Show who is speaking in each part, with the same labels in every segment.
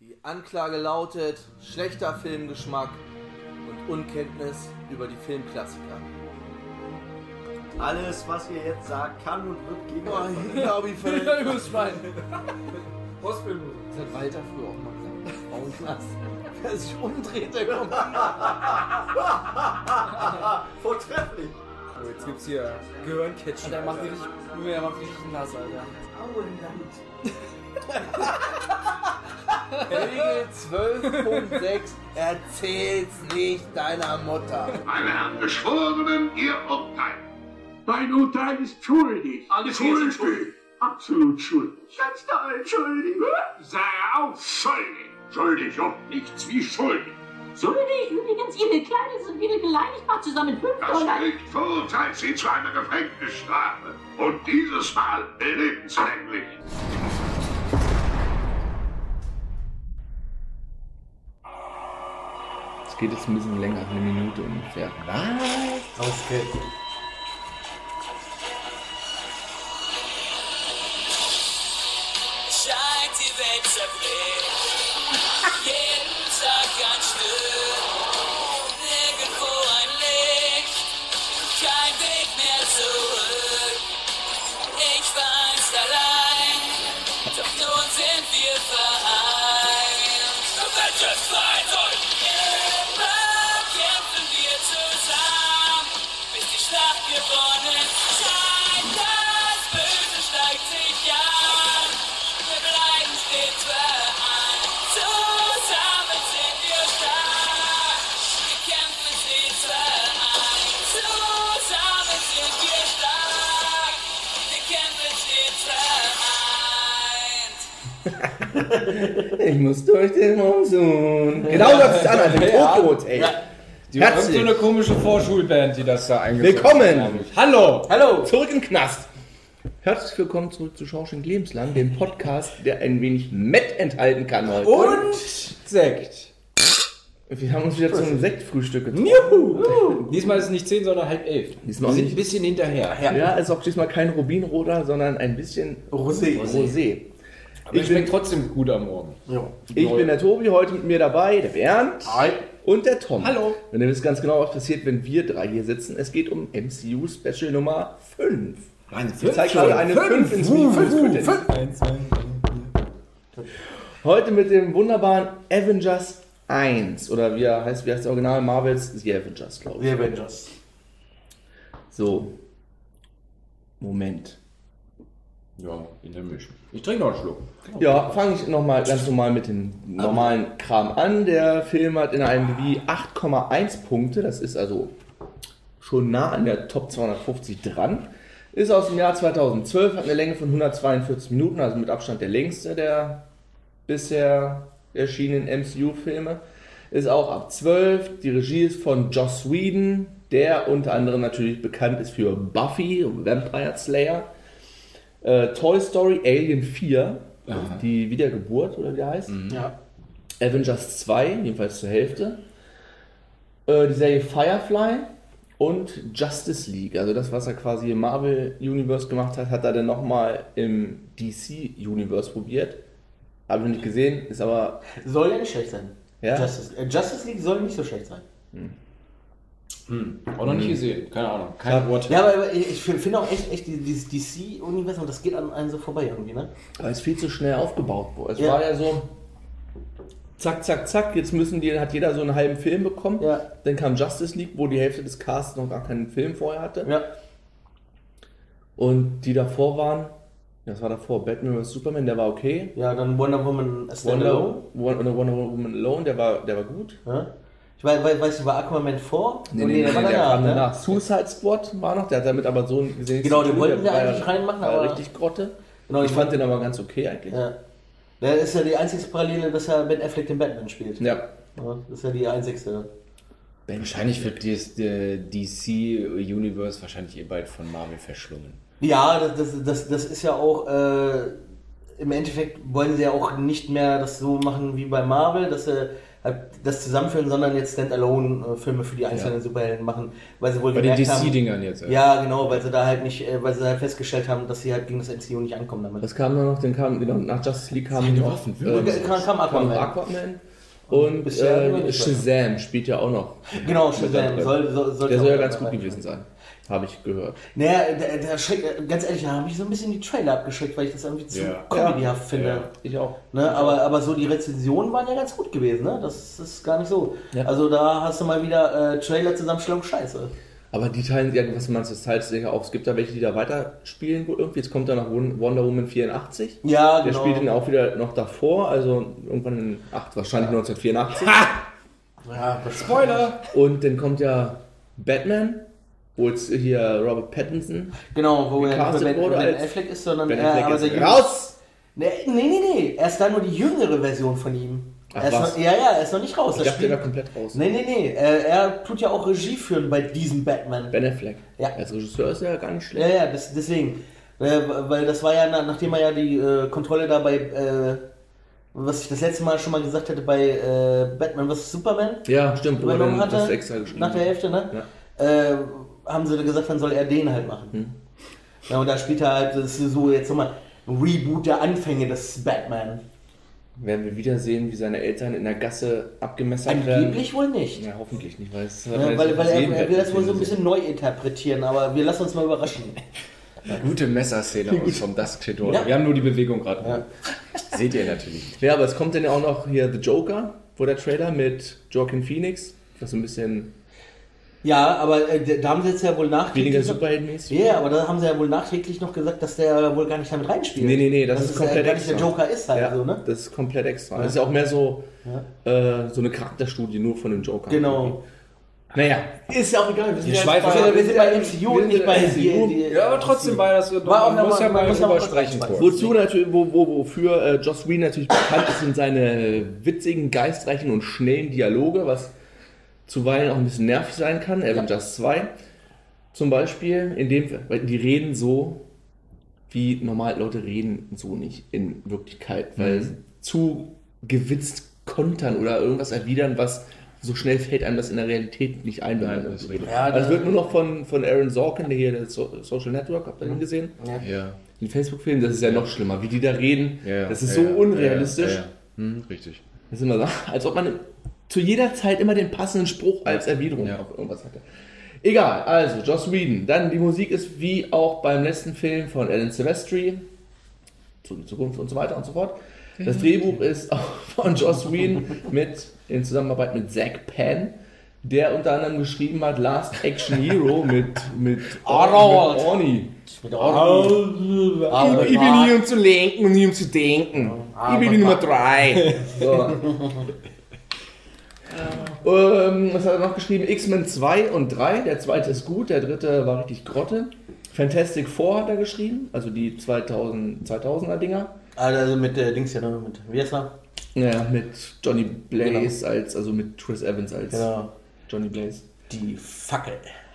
Speaker 1: Die Anklage lautet schlechter Filmgeschmack und Unkenntnis über die Filmklassiker.
Speaker 2: Alles, was ihr jetzt sagt, kann und wird gegen
Speaker 1: Boah,
Speaker 2: euch
Speaker 1: ich glaube, ich fällt.
Speaker 3: Ja, übers Schwein.
Speaker 4: Postbildung.
Speaker 3: Das hat Walter früher auch mal gesagt.
Speaker 1: Krass. Wer sich umdreht, der kommt.
Speaker 2: Vortrefflich!
Speaker 4: Oh, jetzt gibt's hier Gehirncatching.
Speaker 3: Alter, macht die
Speaker 4: Alter.
Speaker 3: richtig, Junge, er macht die richtig nass, Alter.
Speaker 2: Auenland!
Speaker 1: Regel 12.6 Erzähl's nicht deiner Mutter.
Speaker 5: Meine Herren Geschworenen, Ihr Urteil. Mein Urteil ist schuldig. Alles schuldig. Absolut schuldig. Ganz darin schuldig. Sei auch schuldig. Schuldig und nichts wie schuldig.
Speaker 6: Schuldig übrigens, ihre Kleider sind wieder geleinigt, zusammen 5
Speaker 5: Das
Speaker 6: Dollar.
Speaker 5: Gericht verurteilt Sie zu einer Gefängnisstrafe. Und dieses Mal lebenslänglich.
Speaker 7: Es geht jetzt ein bisschen länger, eine Minute ungefähr.
Speaker 8: scheint die Welt zerbricht. Jeden Tag ein Stück, nirgendwo ein Licht, kein Weg mehr zurück. Ich war einst allein, doch nun sind wir vereint. The Vengeance fight und immer kämpfen wir zusammen, bis die Schlacht gewonnen scheint. Das Böse steigt sich an. Wir bleiben stets vereint. Zusammen sind wir stark. Wir kämpfen stets vereint. Zusammen sind wir stark. Wir kämpfen stets vereint.
Speaker 7: Ich muss durch den Monsun. Genau das ist an, also Tokio, ey.
Speaker 4: Die haben
Speaker 7: Herzlich.
Speaker 4: so eine komische Vorschulband, die das da eingesetzt
Speaker 7: Willkommen.
Speaker 4: haben. Hallo!
Speaker 3: Hallo!
Speaker 7: Zurück in den Knast. Herzlich willkommen zurück zu Schauschen Lebenslang, dem Podcast, der ein wenig Met enthalten kann heute.
Speaker 4: Und Sekt.
Speaker 7: Wir haben uns wieder zu einem Sektfrühstück getroffen.
Speaker 4: Juhu. Diesmal ist es nicht 10, sondern halb 11.
Speaker 7: Diesmal
Speaker 4: Wir sind
Speaker 7: nicht.
Speaker 4: ein bisschen hinterher.
Speaker 7: Ja, ist auch diesmal kein Rubinroder, sondern ein bisschen Rosé. Rosé.
Speaker 4: Aber
Speaker 7: Ich
Speaker 4: ich
Speaker 7: bin,
Speaker 4: schmeckt trotzdem gut am Morgen.
Speaker 7: ich bin der Tobi, heute mit mir dabei, der Bernd und der Tom.
Speaker 4: Hallo.
Speaker 7: Und ihr wisst ganz genau, was passiert, wenn wir drei hier sitzen. Es geht um MCU Special Nummer 5. Ich zeige gerade eine 5 ins Video. Heute mit dem wunderbaren Avengers 1. Oder wie er heißt, wie heißt der Original Marvels? The Avengers, glaube ich.
Speaker 2: The Avengers.
Speaker 7: So. Moment.
Speaker 4: Ja, in der Mischung. Ich trinke noch einen Schluck.
Speaker 7: Ja, fange ich nochmal ganz normal mit dem normalen Kram an. Der Film hat in einem IMDb 8,1 Punkte, das ist also schon nah an der Top 250 dran. Ist aus dem Jahr 2012, hat eine Länge von 142 Minuten, also mit Abstand der längste der bisher erschienenen MCU-Filme. Ist auch ab 12. Die Regie ist von Joss Whedon, der unter anderem natürlich bekannt ist für Buffy, Vampire Slayer, äh, Toy Story, Alien 4, die Wiedergeburt oder wie der heißt.
Speaker 2: Ja.
Speaker 7: Avengers 2, jedenfalls zur Hälfte. Äh, die Serie Firefly und Justice League. Also das, was er quasi im Marvel Universe gemacht hat, hat er dann nochmal im DC Universe probiert. Habe ich noch nicht gesehen, ist aber.
Speaker 2: Soll ja nicht schlecht sein.
Speaker 7: Ja.
Speaker 2: Justice, äh, Justice League soll nicht so schlecht sein.
Speaker 4: Auch noch
Speaker 7: Mhm.
Speaker 4: nicht gesehen. Keine Ahnung. Kein Wort.
Speaker 2: Ja, aber, aber ich ich finde auch echt, echt die- dieses DC-Universum, das geht an einem so vorbei irgendwie, ne?
Speaker 7: Weil es viel zu schnell aufgebaut wurde. Es
Speaker 2: Ja.
Speaker 7: war ja so. Zack, zack, zack, jetzt müssen die, hat jeder so einen halben Film bekommen.
Speaker 2: Ja.
Speaker 7: Dann kam Justice League, wo die Hälfte des Casts noch gar keinen Film vorher hatte.
Speaker 2: Ja.
Speaker 7: Und die davor waren, das war davor, Batman vs. Superman, der war okay.
Speaker 2: Ja, dann Wonder Woman
Speaker 7: Wonder,
Speaker 2: Standalone.
Speaker 7: Wonder, Wonder Woman Alone, der war, der war gut.
Speaker 2: Ja. Ich weiß, weiß, weiß, war Aquaman vor? Und der war
Speaker 7: der
Speaker 2: danach,
Speaker 7: kam
Speaker 2: ne?
Speaker 7: danach. Suicide Squad war noch, der hat damit aber so ein gesehen.
Speaker 2: Genau,
Speaker 7: zu
Speaker 2: den
Speaker 7: tun,
Speaker 2: wollten
Speaker 7: der
Speaker 2: wir
Speaker 7: war-
Speaker 2: eigentlich reinmachen,
Speaker 7: war
Speaker 2: aber-
Speaker 7: richtig Grotte.
Speaker 2: Genau,
Speaker 7: ich
Speaker 2: den
Speaker 7: fand den aber ganz okay eigentlich. Ja.
Speaker 2: Ja. Da ist ja die einzige Parallele, dass ja Ben Affleck den Batman spielt. Ja, Das ist ja die einzigste.
Speaker 4: Wahrscheinlich wird das äh, DC Universe wahrscheinlich eh bald von Marvel verschlungen.
Speaker 2: Ja, das, das, das, das ist ja auch, äh, im Endeffekt wollen sie ja auch nicht mehr das so machen wie bei Marvel, dass sie das zusammenführen, sondern jetzt Standalone-Filme für die einzelnen Superhelden machen, weil sie wohl
Speaker 4: Bei den
Speaker 2: gemerkt haben-
Speaker 4: DC-Dingern jetzt. ja.
Speaker 2: Ja, genau, weil sie da halt nicht, äh, weil sie halt festgestellt haben, dass sie halt gegen das MCU nicht ankommen damit.
Speaker 7: Das kam dann noch, den kam, genau, nach Justice League kam
Speaker 4: Seine
Speaker 7: noch,
Speaker 4: Waffen,
Speaker 7: ähm,
Speaker 4: wirklich?
Speaker 2: Kam- kam Aquaman.
Speaker 7: Aquaman. Und
Speaker 2: Bisher immer
Speaker 7: äh,
Speaker 2: nicht
Speaker 7: Shazam spielt ja auch noch.
Speaker 2: genau,
Speaker 7: mit da
Speaker 2: Shazam.
Speaker 7: drin.
Speaker 2: Soll, soll,
Speaker 7: Der
Speaker 2: auch
Speaker 7: soll ja
Speaker 2: dabei
Speaker 7: ganz gut
Speaker 2: sein.
Speaker 7: gewesen sein. Habe ich gehört.
Speaker 2: Naja, der, der schreckt, äh, ganz ehrlich, da habe ich so ein bisschen die Trailer abgeschreckt, weil ich das irgendwie zu
Speaker 4: Ja.
Speaker 2: comedyhaft finde.
Speaker 4: Ja.
Speaker 7: Ich auch.
Speaker 2: Ne, aber, aber so die Rezensionen waren ja ganz gut gewesen, ne? Das ist gar nicht so. Also da hast du mal wieder äh, Trailer-Zusammenstellung scheiße.
Speaker 7: Aber die teilen ja, was du meinst, das teilt sich ja auf. Es gibt da welche, die da weiterspielen wohl irgendwie. Jetzt kommt da noch Won- Wonder Woman 84.
Speaker 2: Ja,
Speaker 7: Der
Speaker 2: genau.
Speaker 7: spielt ihn auch wieder noch davor, also irgendwann in ach, wahrscheinlich 1984.
Speaker 2: ja, das
Speaker 3: Spoiler!
Speaker 7: Und dann kommt ja Batman, wo jetzt hier Robert Pattinson.
Speaker 2: Genau, wo er nicht
Speaker 7: Gecastet
Speaker 2: mehr Ben,
Speaker 7: wurde
Speaker 2: ben
Speaker 7: als-
Speaker 2: Affleck ist, sondern
Speaker 7: Ben
Speaker 2: äh,
Speaker 7: Affleck
Speaker 2: aber
Speaker 7: ist
Speaker 2: der jüngere-
Speaker 7: raus!
Speaker 2: Nee, nee, nee, nee. Er ist da nur die jüngere Version von ihm.
Speaker 7: Ach,
Speaker 2: er ist
Speaker 7: was?
Speaker 2: noch, ja, ja, er ist noch nicht raus.
Speaker 7: Ich
Speaker 2: Das
Speaker 7: dachte, der
Speaker 2: Spiel,
Speaker 7: war komplett raus.
Speaker 2: nee, nee, nee. Äh, er tut ja auch Regie führen bei diesem Batman.
Speaker 7: Ben Affleck.
Speaker 2: Ja.
Speaker 7: Als Regisseur ist er ja gar nicht
Speaker 2: ja,
Speaker 7: schlecht.
Speaker 2: ja, das, deswegen. Äh, weil das war ja, na- nachdem er ja die äh, Kontrolle da bei, äh, was ich das letzte Mal schon mal gesagt hatte, bei äh, Batman vs. Superman
Speaker 7: Ja, stimmt. Wo er
Speaker 2: übernommen
Speaker 7: dann
Speaker 2: hatte,
Speaker 7: das extra geschrieben
Speaker 2: nach der
Speaker 7: hat.
Speaker 2: Hälfte, ne? Äh, haben sie gesagt, dann soll er den halt machen.
Speaker 7: Hm.
Speaker 2: Ja, und da spielt er halt, das ist so jetzt nochmal ein Reboot der Anfänge des Batman.
Speaker 7: Werden wir wieder sehen, wie seine Eltern in der Gasse abgemessert werden.
Speaker 2: Angeblich wohl nicht.
Speaker 7: Ja, hoffentlich nicht, weil es halt
Speaker 2: Ja, weil weil er, er will das wohl so ein bisschen neu interpretieren, aber wir lassen uns mal überraschen.
Speaker 4: Gute Messerszene aus vom Dusk Till Dawn.
Speaker 2: Ja.
Speaker 4: Wir haben nur die Bewegung gerade. Seht ihr natürlich. nicht.
Speaker 7: Ja, aber es kommt dann ja auch noch hier The Joker, wo der Trailer mit Joaquin Phoenix, was so ein bisschen
Speaker 2: Ja, aber äh, da haben sie jetzt ja wohl nachträglich.
Speaker 7: weniger
Speaker 2: noch-
Speaker 7: superheldenmäßig.
Speaker 2: Ja, aber da haben sie ja wohl nachträglich noch gesagt, dass der wohl gar nicht damit reinspielt.
Speaker 7: Nee, nee, nee, das
Speaker 2: Dass
Speaker 7: ist
Speaker 2: es,
Speaker 7: komplett
Speaker 2: äh, gar nicht der
Speaker 7: extra.
Speaker 2: Joker ist halt so, ne?
Speaker 7: Das ist komplett extra. Das ist ja auch mehr so, äh, so eine Charakterstudie nur von dem Joker.
Speaker 2: Genau.
Speaker 7: Naja, ist ja auch egal. Wir sind ja
Speaker 4: schweifen
Speaker 7: jetzt
Speaker 4: ab.
Speaker 2: wir sind bei MCU und nicht bei
Speaker 7: MCU.
Speaker 2: die- die-
Speaker 3: Ja, aber trotzdem war das.
Speaker 2: War auch
Speaker 3: man muss
Speaker 2: noch
Speaker 3: ja
Speaker 2: mal-
Speaker 3: mal
Speaker 2: muss ja
Speaker 3: drüber
Speaker 2: mal was
Speaker 3: sprechen.
Speaker 2: reinschmeißen.
Speaker 3: kurz.
Speaker 7: Wozu natürlich, wo, wo, wofür äh, Joss Whedon natürlich bekannt ist, sind seine witzigen, geistreichen und schnellen Dialoge, was zuweilen auch ein bisschen nervig sein kann. Avengers 2 zum Beispiel, in dem, weil die reden so, wie normal Leute reden, so nicht in Wirklichkeit, weil sie zu gewitzt kontern oder irgendwas erwidern, was so schnell fällt einem das in der Realität nicht ein.
Speaker 4: Nein, das redet.
Speaker 2: Ja,
Speaker 7: Also
Speaker 2: da-
Speaker 7: es wird nur noch von, von Aaron Sorkin, der hier der so Social Network, habt ihr den gesehen?
Speaker 4: Ja.
Speaker 7: Den Facebook-Film, das ist ja noch schlimmer, wie die da reden.
Speaker 4: Ja,
Speaker 7: das ist
Speaker 4: ja,
Speaker 7: so
Speaker 4: ja,
Speaker 7: unrealistisch.
Speaker 4: Ja, ja. Hm, richtig.
Speaker 7: Das ist immer so, als ob man zu jeder Zeit immer den passenden Spruch als Erwiderung
Speaker 4: Ja.
Speaker 7: auf irgendwas hatte. Egal, also Joss Whedon. Dann die Musik ist wie auch beim letzten Film von Alan Silvestri, Zurück in die Zukunft und so weiter und so fort. Das Drehbuch ist auch von Joss Whedon mit, in Zusammenarbeit mit Zack Penn, der unter anderem geschrieben hat Last Action Hero mit, mit,
Speaker 2: Arnold.
Speaker 7: mit Orny.
Speaker 2: Mit Ordnung. Aber-
Speaker 7: um zu lenken und nie um zu denken. Ich bin die Nummer 3. So. ähm, was hat er noch geschrieben? X-Men 2 und 3. Der zweite ist gut, der dritte war richtig Grotte. Fantastic Four hat er geschrieben, also die 2000, 2000er Dinger.
Speaker 2: Also mit äh, Dings ja ne? mit wie heißt er?
Speaker 7: Ja, mit Johnny Blaze als, also mit Chris Evans als
Speaker 2: Genau.
Speaker 7: Johnny Blaze.
Speaker 2: Die Fackel.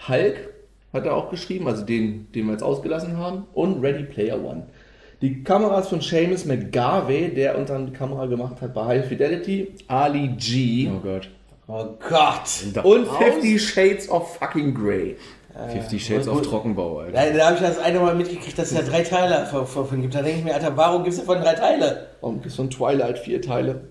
Speaker 7: Hulk hat er auch geschrieben, also den, den wir jetzt ausgelassen haben, und Ready Player One. Die Kameras von Seamus McGarvey, der unter anderem die Kamera gemacht hat bei High Fidelity, Ali G
Speaker 4: Oh Gott.
Speaker 2: Oh Gott.
Speaker 7: und Fifty Shades of Fucking Grey.
Speaker 4: Ah, Fifty Shades of Trockenbau, Alter.
Speaker 2: Da, da habe ich das eine Mal mitgekriegt, dass es da drei Teile von- von von gibt. Da denke ich mir, Alter, warum gibt es davon drei Teile?
Speaker 7: Warum gibt es von Twilight vier Teile?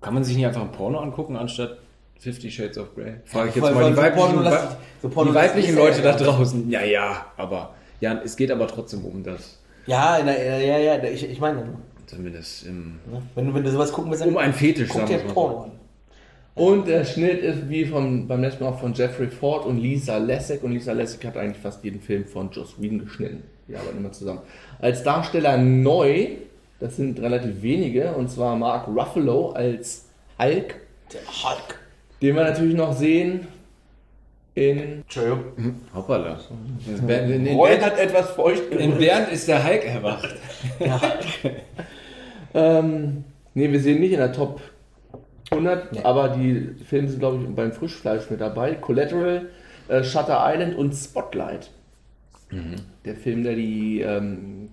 Speaker 4: Kann man sich nicht einfach ein Porno angucken, anstatt Fifty Shades of Grey? Frage ich jetzt
Speaker 2: Voll-
Speaker 4: mal
Speaker 2: voll-
Speaker 4: die
Speaker 2: so
Speaker 4: weiblichen,
Speaker 2: pornolastig- so
Speaker 4: die
Speaker 2: pornolastig
Speaker 4: weiblichen
Speaker 2: ist er
Speaker 4: Leute
Speaker 2: ja
Speaker 4: da draußen. Ja, ja, aber. Ja, es geht aber trotzdem um das.
Speaker 2: Ja, na, ja, ja, ja, ich, ich meine, ne?
Speaker 4: Zumindest im.
Speaker 2: wenn, du- wenn du sowas gucken willst, dann
Speaker 4: Um einen Fetisch,
Speaker 2: guck
Speaker 4: sagen
Speaker 2: dir
Speaker 4: wir mal.
Speaker 2: Porno an.
Speaker 7: Und der Schnitt ist wie vom, beim letzten Mal auch von Jeffrey Ford und Lisa Lessig. Und Lisa Lessig hat eigentlich fast jeden Film von Joss Whedon geschnitten. Die arbeiten immer zusammen. Als Darsteller neu, das sind relativ wenige, und zwar Mark Ruffalo als Hulk,
Speaker 2: Der Hulk.
Speaker 7: den wir natürlich noch sehen in...
Speaker 2: Entschuldigung.
Speaker 4: Hoppala. In Bernd, in, in,
Speaker 7: Roy
Speaker 4: Bernd,
Speaker 7: hat etwas feucht
Speaker 4: in
Speaker 7: gerührt.
Speaker 4: Bernd ist der Hulk erwacht.
Speaker 7: ähm, Ne, wir sehen nicht in der Top 100,
Speaker 2: Nee.
Speaker 7: aber die Filme sind, glaube ich, beim Frischfleisch mit dabei. Collateral, äh, Shutter Island und Spotlight. Der Film, der die ähm,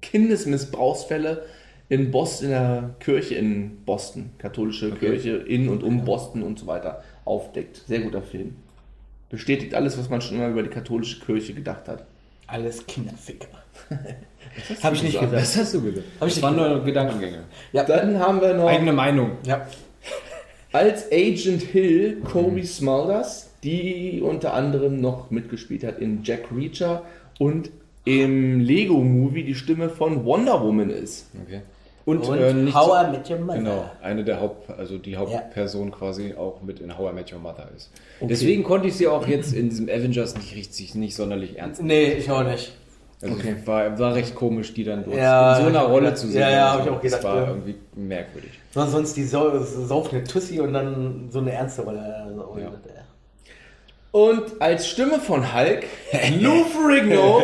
Speaker 7: Kindesmissbrauchsfälle in Boston, in der Kirche in Boston, katholische Kirche in und um Boston und so weiter, aufdeckt. Sehr guter Film. Bestätigt alles, was man schon immer über die katholische Kirche gedacht hat.
Speaker 2: Alles Kinderficker. Habe ich nicht gesagt.
Speaker 9: Was hast du gesagt?
Speaker 2: Hab ich
Speaker 9: das
Speaker 2: nicht
Speaker 9: waren nur Gedankengänge.
Speaker 7: Dann haben wir noch
Speaker 9: Eigene Meinung.
Speaker 2: Ja.
Speaker 7: als Agent Hill
Speaker 9: Mhm.
Speaker 7: Kobe Smulders, die unter anderem noch mitgespielt hat in Jack Reacher und im Lego-Movie die Stimme von Wonder Woman ist.
Speaker 9: Okay.
Speaker 2: Und,
Speaker 9: äh, nicht so-
Speaker 2: Hauer mit dem Mann.
Speaker 9: Genau, eine der Haupt, also die Hauptperson quasi auch mit in How I Met Your Mother ist. Deswegen konnte ich sie auch jetzt in diesem Avengers nicht richtig, nicht sonderlich ernst.
Speaker 2: Nee, ich auch nicht.
Speaker 9: Also es war, war recht komisch, die dann dort
Speaker 2: Ja,
Speaker 9: in so einer
Speaker 2: hab ich
Speaker 9: Rolle
Speaker 2: gedacht-
Speaker 9: zu sehen.
Speaker 2: ja, ja, hab ich
Speaker 9: Also,
Speaker 2: auch gedacht,
Speaker 9: Das war
Speaker 2: ja.
Speaker 9: irgendwie merkwürdig.
Speaker 2: Sonst, sonst die sau- saufende Tussi und dann so eine ernste Rolle. Also, ja.
Speaker 7: Und als Stimme von Hulk, Lou Ferrigno,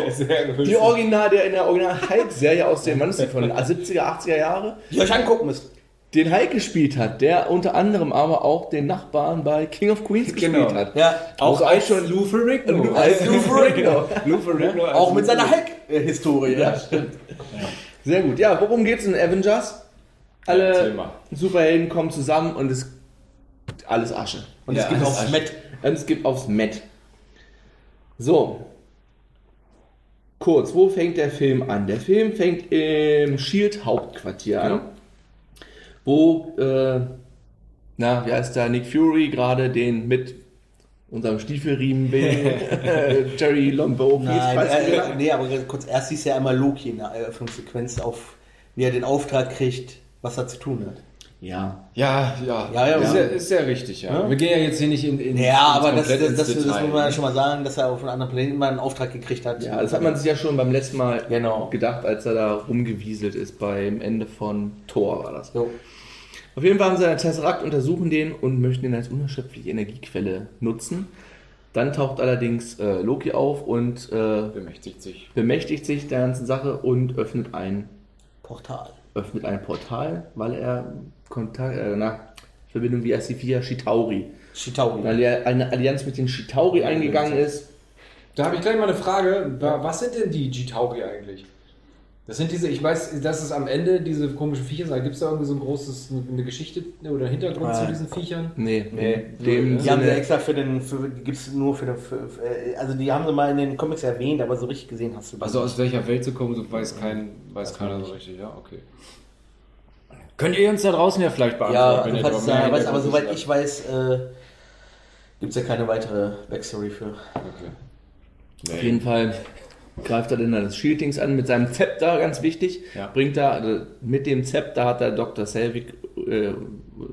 Speaker 7: die Original, der in der Original Hulk-Serie aus den, wann ist die, von den 70er, 80er Jahre,
Speaker 2: Die ihr euch angucken müsst.
Speaker 7: den Hulk gespielt hat, der unter anderem aber auch den Nachbarn bei King of Queens gespielt
Speaker 9: Genau.
Speaker 7: hat. Also
Speaker 2: Ja.
Speaker 9: Auch als
Speaker 7: schon-
Speaker 9: Lou Genau. Ferrigno.
Speaker 7: Lou- als Lou Ferrigno.
Speaker 9: Lou Ferrigno als
Speaker 2: Auch mit
Speaker 9: Lou
Speaker 2: seiner
Speaker 9: Ferrigno.
Speaker 2: Hulk-Historie. Ja, stimmt.
Speaker 7: Sehr gut. Ja, worum geht's in Avengers?
Speaker 9: Erzähl
Speaker 7: Alle
Speaker 9: mal.
Speaker 7: Superhelden kommen zusammen und es alles Asche. Und
Speaker 9: Ja,
Speaker 7: es gibt
Speaker 9: alles
Speaker 7: aufs
Speaker 9: Asche.
Speaker 7: Met. Und es gibt aufs Met. So. Kurz, wo fängt der Film an? Der Film fängt im Shield E Hauptquartier an. Wo äh, na, wie heißt der Nick Fury gerade den mit unserem Stiefelriemen äh, Jerry Lombo
Speaker 2: Nein, äh, nee, aber ganz kurz, erst siehst du ja einmal Loki in der Eröffnungssequenz, auf, wie er den Auftrag kriegt, was er zu tun hat.
Speaker 7: Ja.
Speaker 9: Ja, ja.
Speaker 2: Ja, ja,
Speaker 9: ist,
Speaker 2: ja.
Speaker 9: ja ist ja richtig, ja. Wir gehen ja jetzt hier nicht in. in
Speaker 2: Ja,
Speaker 9: ins
Speaker 2: aber das,
Speaker 9: komplett
Speaker 2: das,
Speaker 9: ins
Speaker 2: das, das
Speaker 9: Detail.
Speaker 2: muss man ja schon mal sagen, dass er auf einem anderen Planeten mal einen Auftrag gekriegt hat.
Speaker 7: Ja, das hat man sich ja schon beim letzten Mal
Speaker 2: Genau.
Speaker 7: gedacht, als er da rumgewieselt ist beim Ende von Thor war das.
Speaker 2: So.
Speaker 7: Auf jeden Fall haben sie einen Tesseract, untersuchen den und möchten ihn als unerschöpfliche Energiequelle nutzen. Dann taucht allerdings äh, Loki auf und äh,
Speaker 9: Bemächtigt sich.
Speaker 7: bemächtigt sich der ganzen Sache und öffnet ein,
Speaker 2: Portal.
Speaker 7: öffnet ein Portal, weil er Kontakt, äh, na, Verbindung wie Asifia Shitauri,
Speaker 2: Shitauri.
Speaker 7: weil er eine Allianz mit den Shitauri eingegangen ist.
Speaker 9: Da habe ich gleich mal eine Frage. Wa- Was sind denn die Jitauri eigentlich? Das sind diese, ich weiß, dass es am Ende diese komischen Viecher sind. Gibt es da irgendwie so ein großes, eine Geschichte oder Hintergrund zu
Speaker 2: Nein.
Speaker 9: diesen Viechern?
Speaker 7: Nee,
Speaker 2: Nee.
Speaker 7: in dem
Speaker 2: Die haben sie
Speaker 7: Sinne,
Speaker 2: extra für den, für, die gibt's nur für den, für, für, äh, also die haben sie mal in den Comics erwähnt, aber so richtig gesehen hast du. die
Speaker 9: Also
Speaker 2: nicht.
Speaker 9: aus welcher Welt zu kommen, so weiß, kein, weiß keiner so richtig, ja, okay. Könnt ihr uns da draußen ja vielleicht
Speaker 7: also,
Speaker 2: ja, du
Speaker 9: beantworten, ihr
Speaker 2: kannst es
Speaker 9: da mehr
Speaker 2: sagen, aber, aber
Speaker 9: Hintergrund
Speaker 2: soweit
Speaker 9: wisst,
Speaker 2: ich weiß, äh, gibt es ja keine weitere Backstory für.
Speaker 9: ja. Okay.
Speaker 7: Auf jeden Fall greift er dann das Shieldings an mit seinem Zepter, ganz wichtig.
Speaker 9: Ja.
Speaker 7: Bringt er also mit dem Zepter hat er Dr. Selvig äh,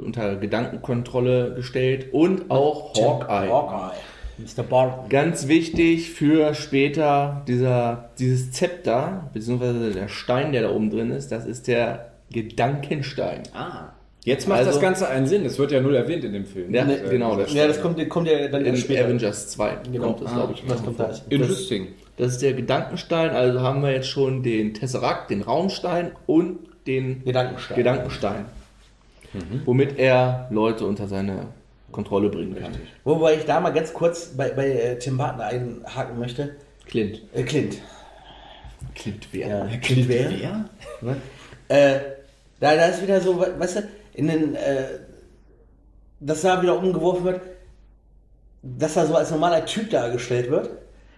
Speaker 7: unter Gedankenkontrolle gestellt und auch Hawkeye.
Speaker 2: Hawkeye. Mr. Barton.
Speaker 7: Ganz wichtig für später dieser, dieses Zepter, beziehungsweise der Stein, der da oben drin ist, das ist der Gedankenstein.
Speaker 9: Ah. Jetzt macht
Speaker 7: Also-
Speaker 9: das Ganze einen Sinn. Es wird ja null erwähnt in dem Film.
Speaker 7: Ja,
Speaker 9: Äh,
Speaker 7: genau, das
Speaker 2: Ja, ne, das kommt, kommt ja dann
Speaker 7: In
Speaker 2: erst später.
Speaker 7: Avengers 2
Speaker 2: Genau.
Speaker 7: kommt das, glaube ich.
Speaker 2: Das kommt da. erst.
Speaker 9: Interesting.
Speaker 7: Das ist der Gedankenstein, also haben wir jetzt schon den Tesseract, den Raumstein und den
Speaker 2: Gedankenstein.
Speaker 7: Gedankenstein. Womit er Leute unter seine Kontrolle bringen kann.
Speaker 2: Wobei ich da mal ganz kurz bei, bei äh, Tim Barton einhaken möchte.
Speaker 7: Clint.
Speaker 2: Äh, Clint.
Speaker 7: Clint wer?
Speaker 2: Ja, Clint wer?
Speaker 9: Ja.
Speaker 2: Ne? Äh, da, da ist wieder so, we- weißt du, in den, äh, dass da wieder umgeworfen wird, dass er so als normaler Typ dargestellt wird,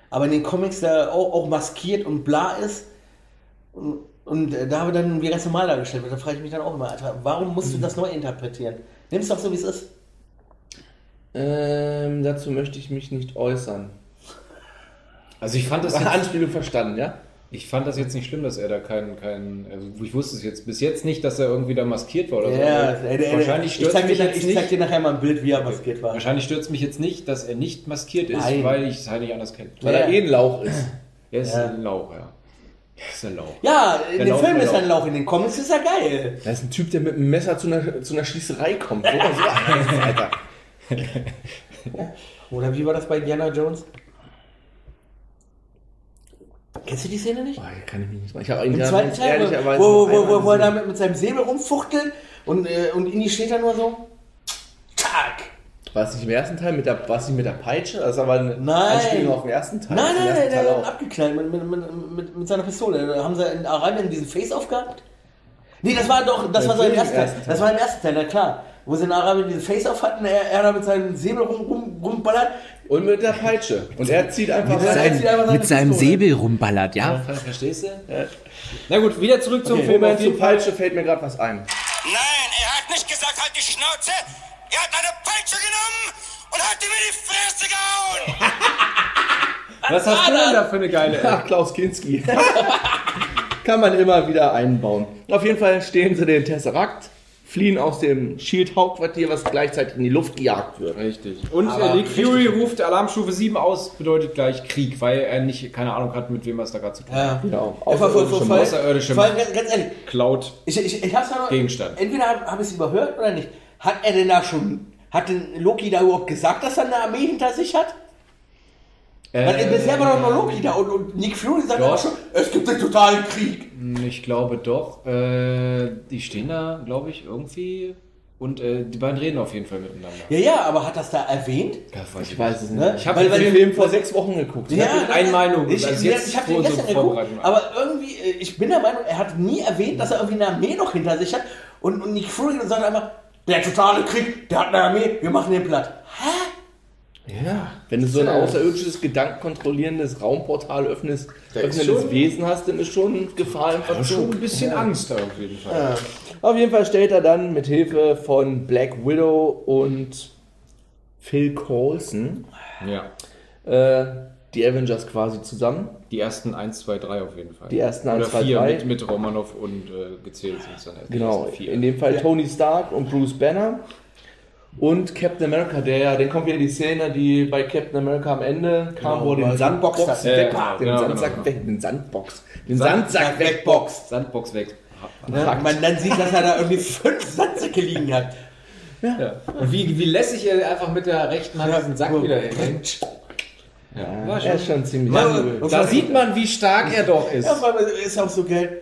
Speaker 2: aber in den Comics da auch, auch maskiert und bla ist. Und, und äh, da wird dann wie ganz normal dargestellt wird. Da frage ich mich dann auch immer, Alter, warum musst du das neu interpretieren? Nimm es doch so, wie es ist.
Speaker 7: Ähm, dazu möchte ich mich nicht äußern.
Speaker 9: Also ich fand das jetzt
Speaker 7: Anspielung verstanden, ja?
Speaker 9: Ich fand das jetzt nicht schlimm, dass er da keinen, keinen, also ich wusste es jetzt bis jetzt nicht, dass er irgendwie da maskiert war oder so. Also
Speaker 2: äh, äh,
Speaker 9: wahrscheinlich
Speaker 2: ich
Speaker 9: stört
Speaker 2: zeig, dir,
Speaker 9: mich
Speaker 2: dann-
Speaker 9: jetzt
Speaker 2: ich zeig dir
Speaker 9: nicht.
Speaker 2: nachher mal ein Bild, wie er maskiert war.
Speaker 9: Wahrscheinlich stört mich jetzt nicht, dass er nicht maskiert ist,
Speaker 2: Nein.
Speaker 9: weil ich es halt nicht anders kenne.
Speaker 7: Weil
Speaker 2: Ja.
Speaker 7: er eh ein Lauch ist.
Speaker 9: Er ist
Speaker 2: Ja.
Speaker 9: ein Lauch, ja. Er ist ein Lauch.
Speaker 2: Ja, in
Speaker 9: Der
Speaker 2: dem
Speaker 9: Lauch-
Speaker 2: Film
Speaker 9: der
Speaker 2: ist er ein
Speaker 9: Lauch.
Speaker 2: Lauch, in den Comics ist er geil.
Speaker 7: Da ist ein Typ, der mit einem Messer zu einer, zu einer Schießerei kommt. So, so einer ist, Alter.
Speaker 2: Oder wie war das bei Indiana Jones? Kennst du die Szene nicht?
Speaker 7: Boah, hier kann ich mich nicht machen. Ich habe
Speaker 2: Im
Speaker 7: eigentlich
Speaker 2: zweiten Teil,
Speaker 7: ehrlicherweise
Speaker 2: wo, wo,
Speaker 7: nur
Speaker 2: wo, wo, wo er
Speaker 7: einmal
Speaker 2: damit mit seinem Säbel rumfuchtelt und, äh, und Inni steht da nur so. Tag!
Speaker 7: gesehen. War es nicht im ersten Teil mit der, war es nicht mit der Peitsche? Das ist aber eine
Speaker 2: Nein.
Speaker 7: Anspielung auf den ersten Teil.
Speaker 2: Nein,
Speaker 7: Auf den
Speaker 2: nein,
Speaker 7: ersten
Speaker 2: nein, der
Speaker 7: Teil
Speaker 2: hat
Speaker 7: auch.
Speaker 2: ihn abgeknallt mit, mit, mit, mit, mit seiner Pistole. Da haben sie in Arabien diesen Face-Off gehabt. Nee, das war doch, das
Speaker 7: Ja,
Speaker 2: war sein
Speaker 7: im
Speaker 2: erster Teil.
Speaker 7: ersten Teil.
Speaker 2: Das war im ersten Teil, na ksäar. Wo sie in Arabien diese Face-Off hatten, er, er da mit seinem Säbel rum, rum, rumballert.
Speaker 7: Und mit der Peitsche. Und er zieht einfach
Speaker 2: Ja,
Speaker 7: rein.
Speaker 2: er zieht einfach seine
Speaker 4: mit seinem
Speaker 2: Pistole.
Speaker 4: Säbel rumballert, ja?
Speaker 9: Verstehst du? Na gut, wieder zurück zum Film.
Speaker 7: Moment, zur Peitsche fällt mir gerade was ein.
Speaker 8: Nein, er hat nicht gesagt, halt die Schnauze. Er hat eine Peitsche genommen und hat ihm in die Fresse gehauen.
Speaker 9: Was hast du
Speaker 2: Ah,
Speaker 9: denn da für eine geile App?
Speaker 7: Ach, Klaus Kinski. Kann man immer wieder einbauen. Auf jeden Fall stehen sie den Tesseract, fliehen aus dem Shield-Hauptquartier, was gleichzeitig in die Luft gejagt wird.
Speaker 9: Richtig. Und äh, Nick Fury ruft Alarmstufe 7 aus, bedeutet gleich Krieg, weil er nicht, keine Ahnung hat, mit wem er es da gerade zu tun hat.
Speaker 2: Ja.
Speaker 7: Genau.
Speaker 2: Er war voll, voll,
Speaker 7: Außerirdische
Speaker 2: voll.
Speaker 7: Maus.
Speaker 9: Außerirdische
Speaker 2: Vor allem,
Speaker 9: Macht.
Speaker 2: ganz, ganz ehrlich,
Speaker 9: Klaut.
Speaker 2: ich, ich, ich hab's ja noch,
Speaker 9: Gegenstand.
Speaker 2: Entweder habe hab ich es überhört oder nicht. Hat er denn da schon, hat denn Loki da überhaupt gesagt, dass er eine Armee hinter sich hat? Weil
Speaker 9: Äh,
Speaker 2: bisher war doch nur Loki da und, und Nick Fury sagt
Speaker 9: doch.
Speaker 2: aber schon, es gibt den totalen Krieg.
Speaker 9: Ich glaube doch. Äh, die stehen da, glaube ich, irgendwie. Und äh, die beiden reden auf jeden Fall miteinander.
Speaker 2: Ja, ja, aber hat das da erwähnt?
Speaker 9: Ja, weiß
Speaker 7: Ich weiß es nicht.
Speaker 2: Ne?
Speaker 7: Ich habe
Speaker 2: Weil-
Speaker 7: den
Speaker 2: weil-
Speaker 7: Film vor sechs Wochen geguckt.
Speaker 9: bin
Speaker 2: nein,
Speaker 9: ein
Speaker 2: nein,
Speaker 9: Meinung,
Speaker 2: Ich,
Speaker 9: also
Speaker 2: ich,
Speaker 9: jetzt
Speaker 2: ich habe
Speaker 9: vor
Speaker 2: den
Speaker 9: so
Speaker 2: gestern geguckt,
Speaker 9: Vorbereitung.
Speaker 2: aber irgendwie, äh, ich bin der Meinung, er hat nie erwähnt, dass er irgendwie eine Armee noch hinter sich hat. Und, und Nick Fury sagt einfach, der totale Krieg, der hat eine Armee, wir machen den platt.
Speaker 7: Ja. Wenn du so ein außerirdisches, gedankenkontrollierendes Raumportal öffnest,
Speaker 9: ist
Speaker 7: öffnendes
Speaker 9: schon-
Speaker 7: Wesen hast, dann ist schon Gefahr im
Speaker 9: schon
Speaker 7: Verzug.
Speaker 9: ein bisschen Angst da auf jeden Fall.
Speaker 7: Auf jeden Fall stellt er dann mit Hilfe von Black Widow und Phil Coulson
Speaker 9: Ja.
Speaker 7: äh, die Avengers quasi zusammen.
Speaker 9: Die ersten 1, 2, 3 auf jeden Fall.
Speaker 7: Die ersten 1,
Speaker 9: Oder
Speaker 7: 2,
Speaker 9: 4
Speaker 7: 3.
Speaker 9: Mit, mit Romanov und äh, gezählt sind es dann erst. die
Speaker 7: Genau,
Speaker 9: ersten vier.
Speaker 7: in dem Fall Tony Stark und Bruce Banner und Captain America, der ja, dann kommt wieder die Szene, die bei Captain America am Ende kam,
Speaker 9: Genau,
Speaker 7: wo er den Sandbox
Speaker 2: Boxer-
Speaker 7: wegpackt, den,
Speaker 9: Ja, genau,
Speaker 7: Sandsack
Speaker 9: genau,
Speaker 7: weg, den Sandbox, den
Speaker 9: Sand-
Speaker 7: Sandsack wegboxt.
Speaker 9: Sandbox weg.
Speaker 2: Ne? Man dann sieht, dass er da irgendwie fünf Sandsäcke liegen hat.
Speaker 9: Ja. Und wie, wie lässig er einfach mit der rechten Hand diesen Sack wieder hinhängt. Ja, war schon-
Speaker 7: Er ist schon ziemlich
Speaker 2: Ja,
Speaker 7: cool.
Speaker 2: und-
Speaker 9: Da sieht man, wie stark er doch ist.
Speaker 2: Ja, weil ist auch so geil.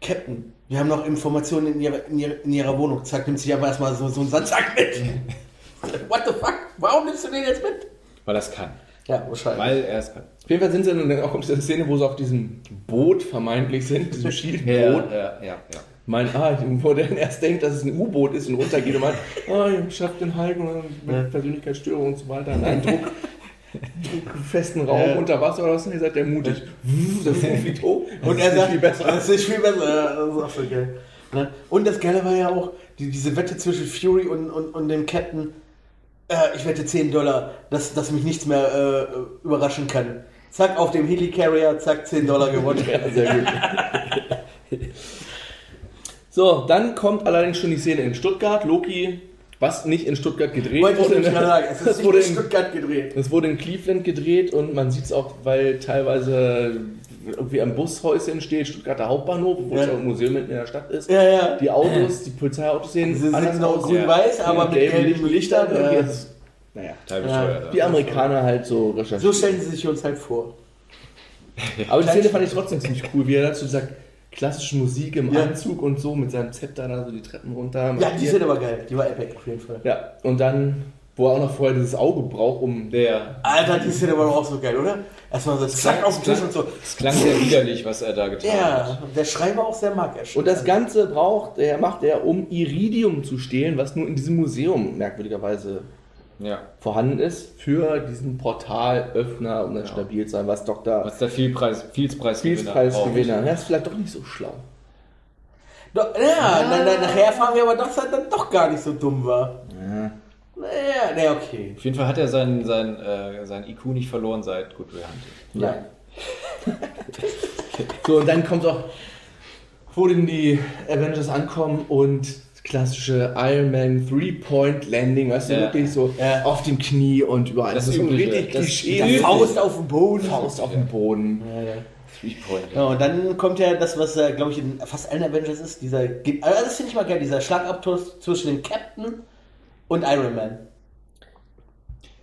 Speaker 2: Captain, wir haben noch Informationen in ihrer, in ihrer, in ihrer Wohnung. Zack, nimmt sich einfach erstmal so, so einen Sandsack mit. What the fuck? Warum nimmst du den jetzt mit?
Speaker 9: Weil er es kann.
Speaker 2: Ja, wahrscheinlich.
Speaker 9: Weil er es kann.
Speaker 7: Auf jeden Fall sind sie dann auch in dieser Szene, wo sie auf diesem Boot vermeintlich sind, diesem Schildboot.
Speaker 9: äh, ja, ja, ja.
Speaker 7: Mein, ah, wo der dann erst denkt, dass es ein U-Boot ist und runtergeht und meint, ah, ich schaff den Halten und mit Persönlichkeitsstörung und so weiter. Und einen Druck, Druck festen Raum unter Wasser oder was. Und ihr seid ja mutig. Das Boot fliegt hoch.
Speaker 2: Und er sagt,
Speaker 7: viel besser.
Speaker 2: das ist viel besser. Das ist auch so geil. Ne? Und das Geile war ja auch, die, diese Wette zwischen Fury und, und, und dem Captain. Äh, ich wette 10 Dollar, dass, dass mich nichts mehr äh, überraschen kann. Zack, auf dem Helicarrier, zack, 10 Dollar gewonnen.
Speaker 7: Ja, sehr gut. So, dann kommt allerdings schon die Szene in Stuttgart. Loki, was nicht in Stuttgart gedreht
Speaker 2: Wollte ich
Speaker 7: wurde.
Speaker 2: nämlich gerade sagen, es
Speaker 7: das
Speaker 2: ist
Speaker 7: wurde
Speaker 2: in
Speaker 7: in
Speaker 2: Stuttgart gedreht.
Speaker 7: Das wurde in Cleveland gedreht und man sieht es auch, weil teilweise irgendwie am Bushäuschen steht, Stuttgarter Hauptbahnhof, wo
Speaker 2: Ja.
Speaker 7: es ja ein Museum mitten in der Stadt ist.
Speaker 2: Ja, ja.
Speaker 7: Die Autos, die Polizeiautos sehen
Speaker 2: Sie genau sind noch
Speaker 7: aus.
Speaker 2: grün-weiß, aber mit
Speaker 7: gelben
Speaker 2: gelben
Speaker 7: Lichtern.
Speaker 2: Lichtern.
Speaker 7: irgendwie.
Speaker 2: ja.
Speaker 7: Das ist- Naja,
Speaker 9: Teil
Speaker 2: bescheuert,
Speaker 7: die Amerikaner halt so recherchieren.
Speaker 2: So stellen sie sich uns halt vor.
Speaker 7: aber die Szene fand ich trotzdem ziemlich cool, wie er dazu sagt, klassische Musik im
Speaker 2: Ja.
Speaker 7: Anzug und so mit seinem Zepter da so die Treppen runter.
Speaker 2: Ja, die sind aber geil. Die war epic auf jeden Fall.
Speaker 7: Ja, und dann, wo er auch noch vorher dieses Auge braucht, um
Speaker 9: Der,
Speaker 2: Alter, die Szene war doch auch so geil, oder? Erstmal so zack auf den Tisch und so.
Speaker 9: es klang sehr widerlich, was er da getan
Speaker 2: Ja,
Speaker 9: hat.
Speaker 2: der Schrei war auch sehr magisch.
Speaker 7: Und das Ganze braucht er, macht er, um Iridium zu stehlen, was nur in diesem Museum merkwürdigerweise
Speaker 9: Ja.
Speaker 7: vorhanden ist, für diesen Portalöffner, um dann stabil zu sein, was doch da
Speaker 9: Genau. Was der Vielpreis, Vielpreisgewinner
Speaker 7: Spielspreisgewinner.
Speaker 9: braucht.
Speaker 7: Das ist vielleicht doch nicht so schlau.
Speaker 2: Doch, ja, Dann, dann, nachher erfahren wir aber, dass er dann doch gar nicht so dumm war. Naja, naja, okay.
Speaker 9: Auf jeden Fall hat er seinen, seinen, äh, seinen IQ nicht verloren seit Good Will Hunting.
Speaker 7: Nein. so, und dann kommt auch, wo denn die Avengers ankommen und das klassische Iron Man Three-Point-Landing, weißt du,
Speaker 9: Ja.
Speaker 7: wirklich so
Speaker 2: Ja.
Speaker 7: auf dem Knie und überall.
Speaker 9: Das ist üblich,
Speaker 7: richtig
Speaker 9: ja. Das-
Speaker 7: Klischee.
Speaker 9: das-
Speaker 2: Faust auf den Boden.
Speaker 7: Faust auf den Boden.
Speaker 9: Three Point.
Speaker 2: Ja, und dann kommt ja das, was ja, glaube ich, in fast allen Avengers ist, dieser, Ge- also das finde ich mal geil, dieser Schlagabtausch zwischen dem Captain und Iron Man.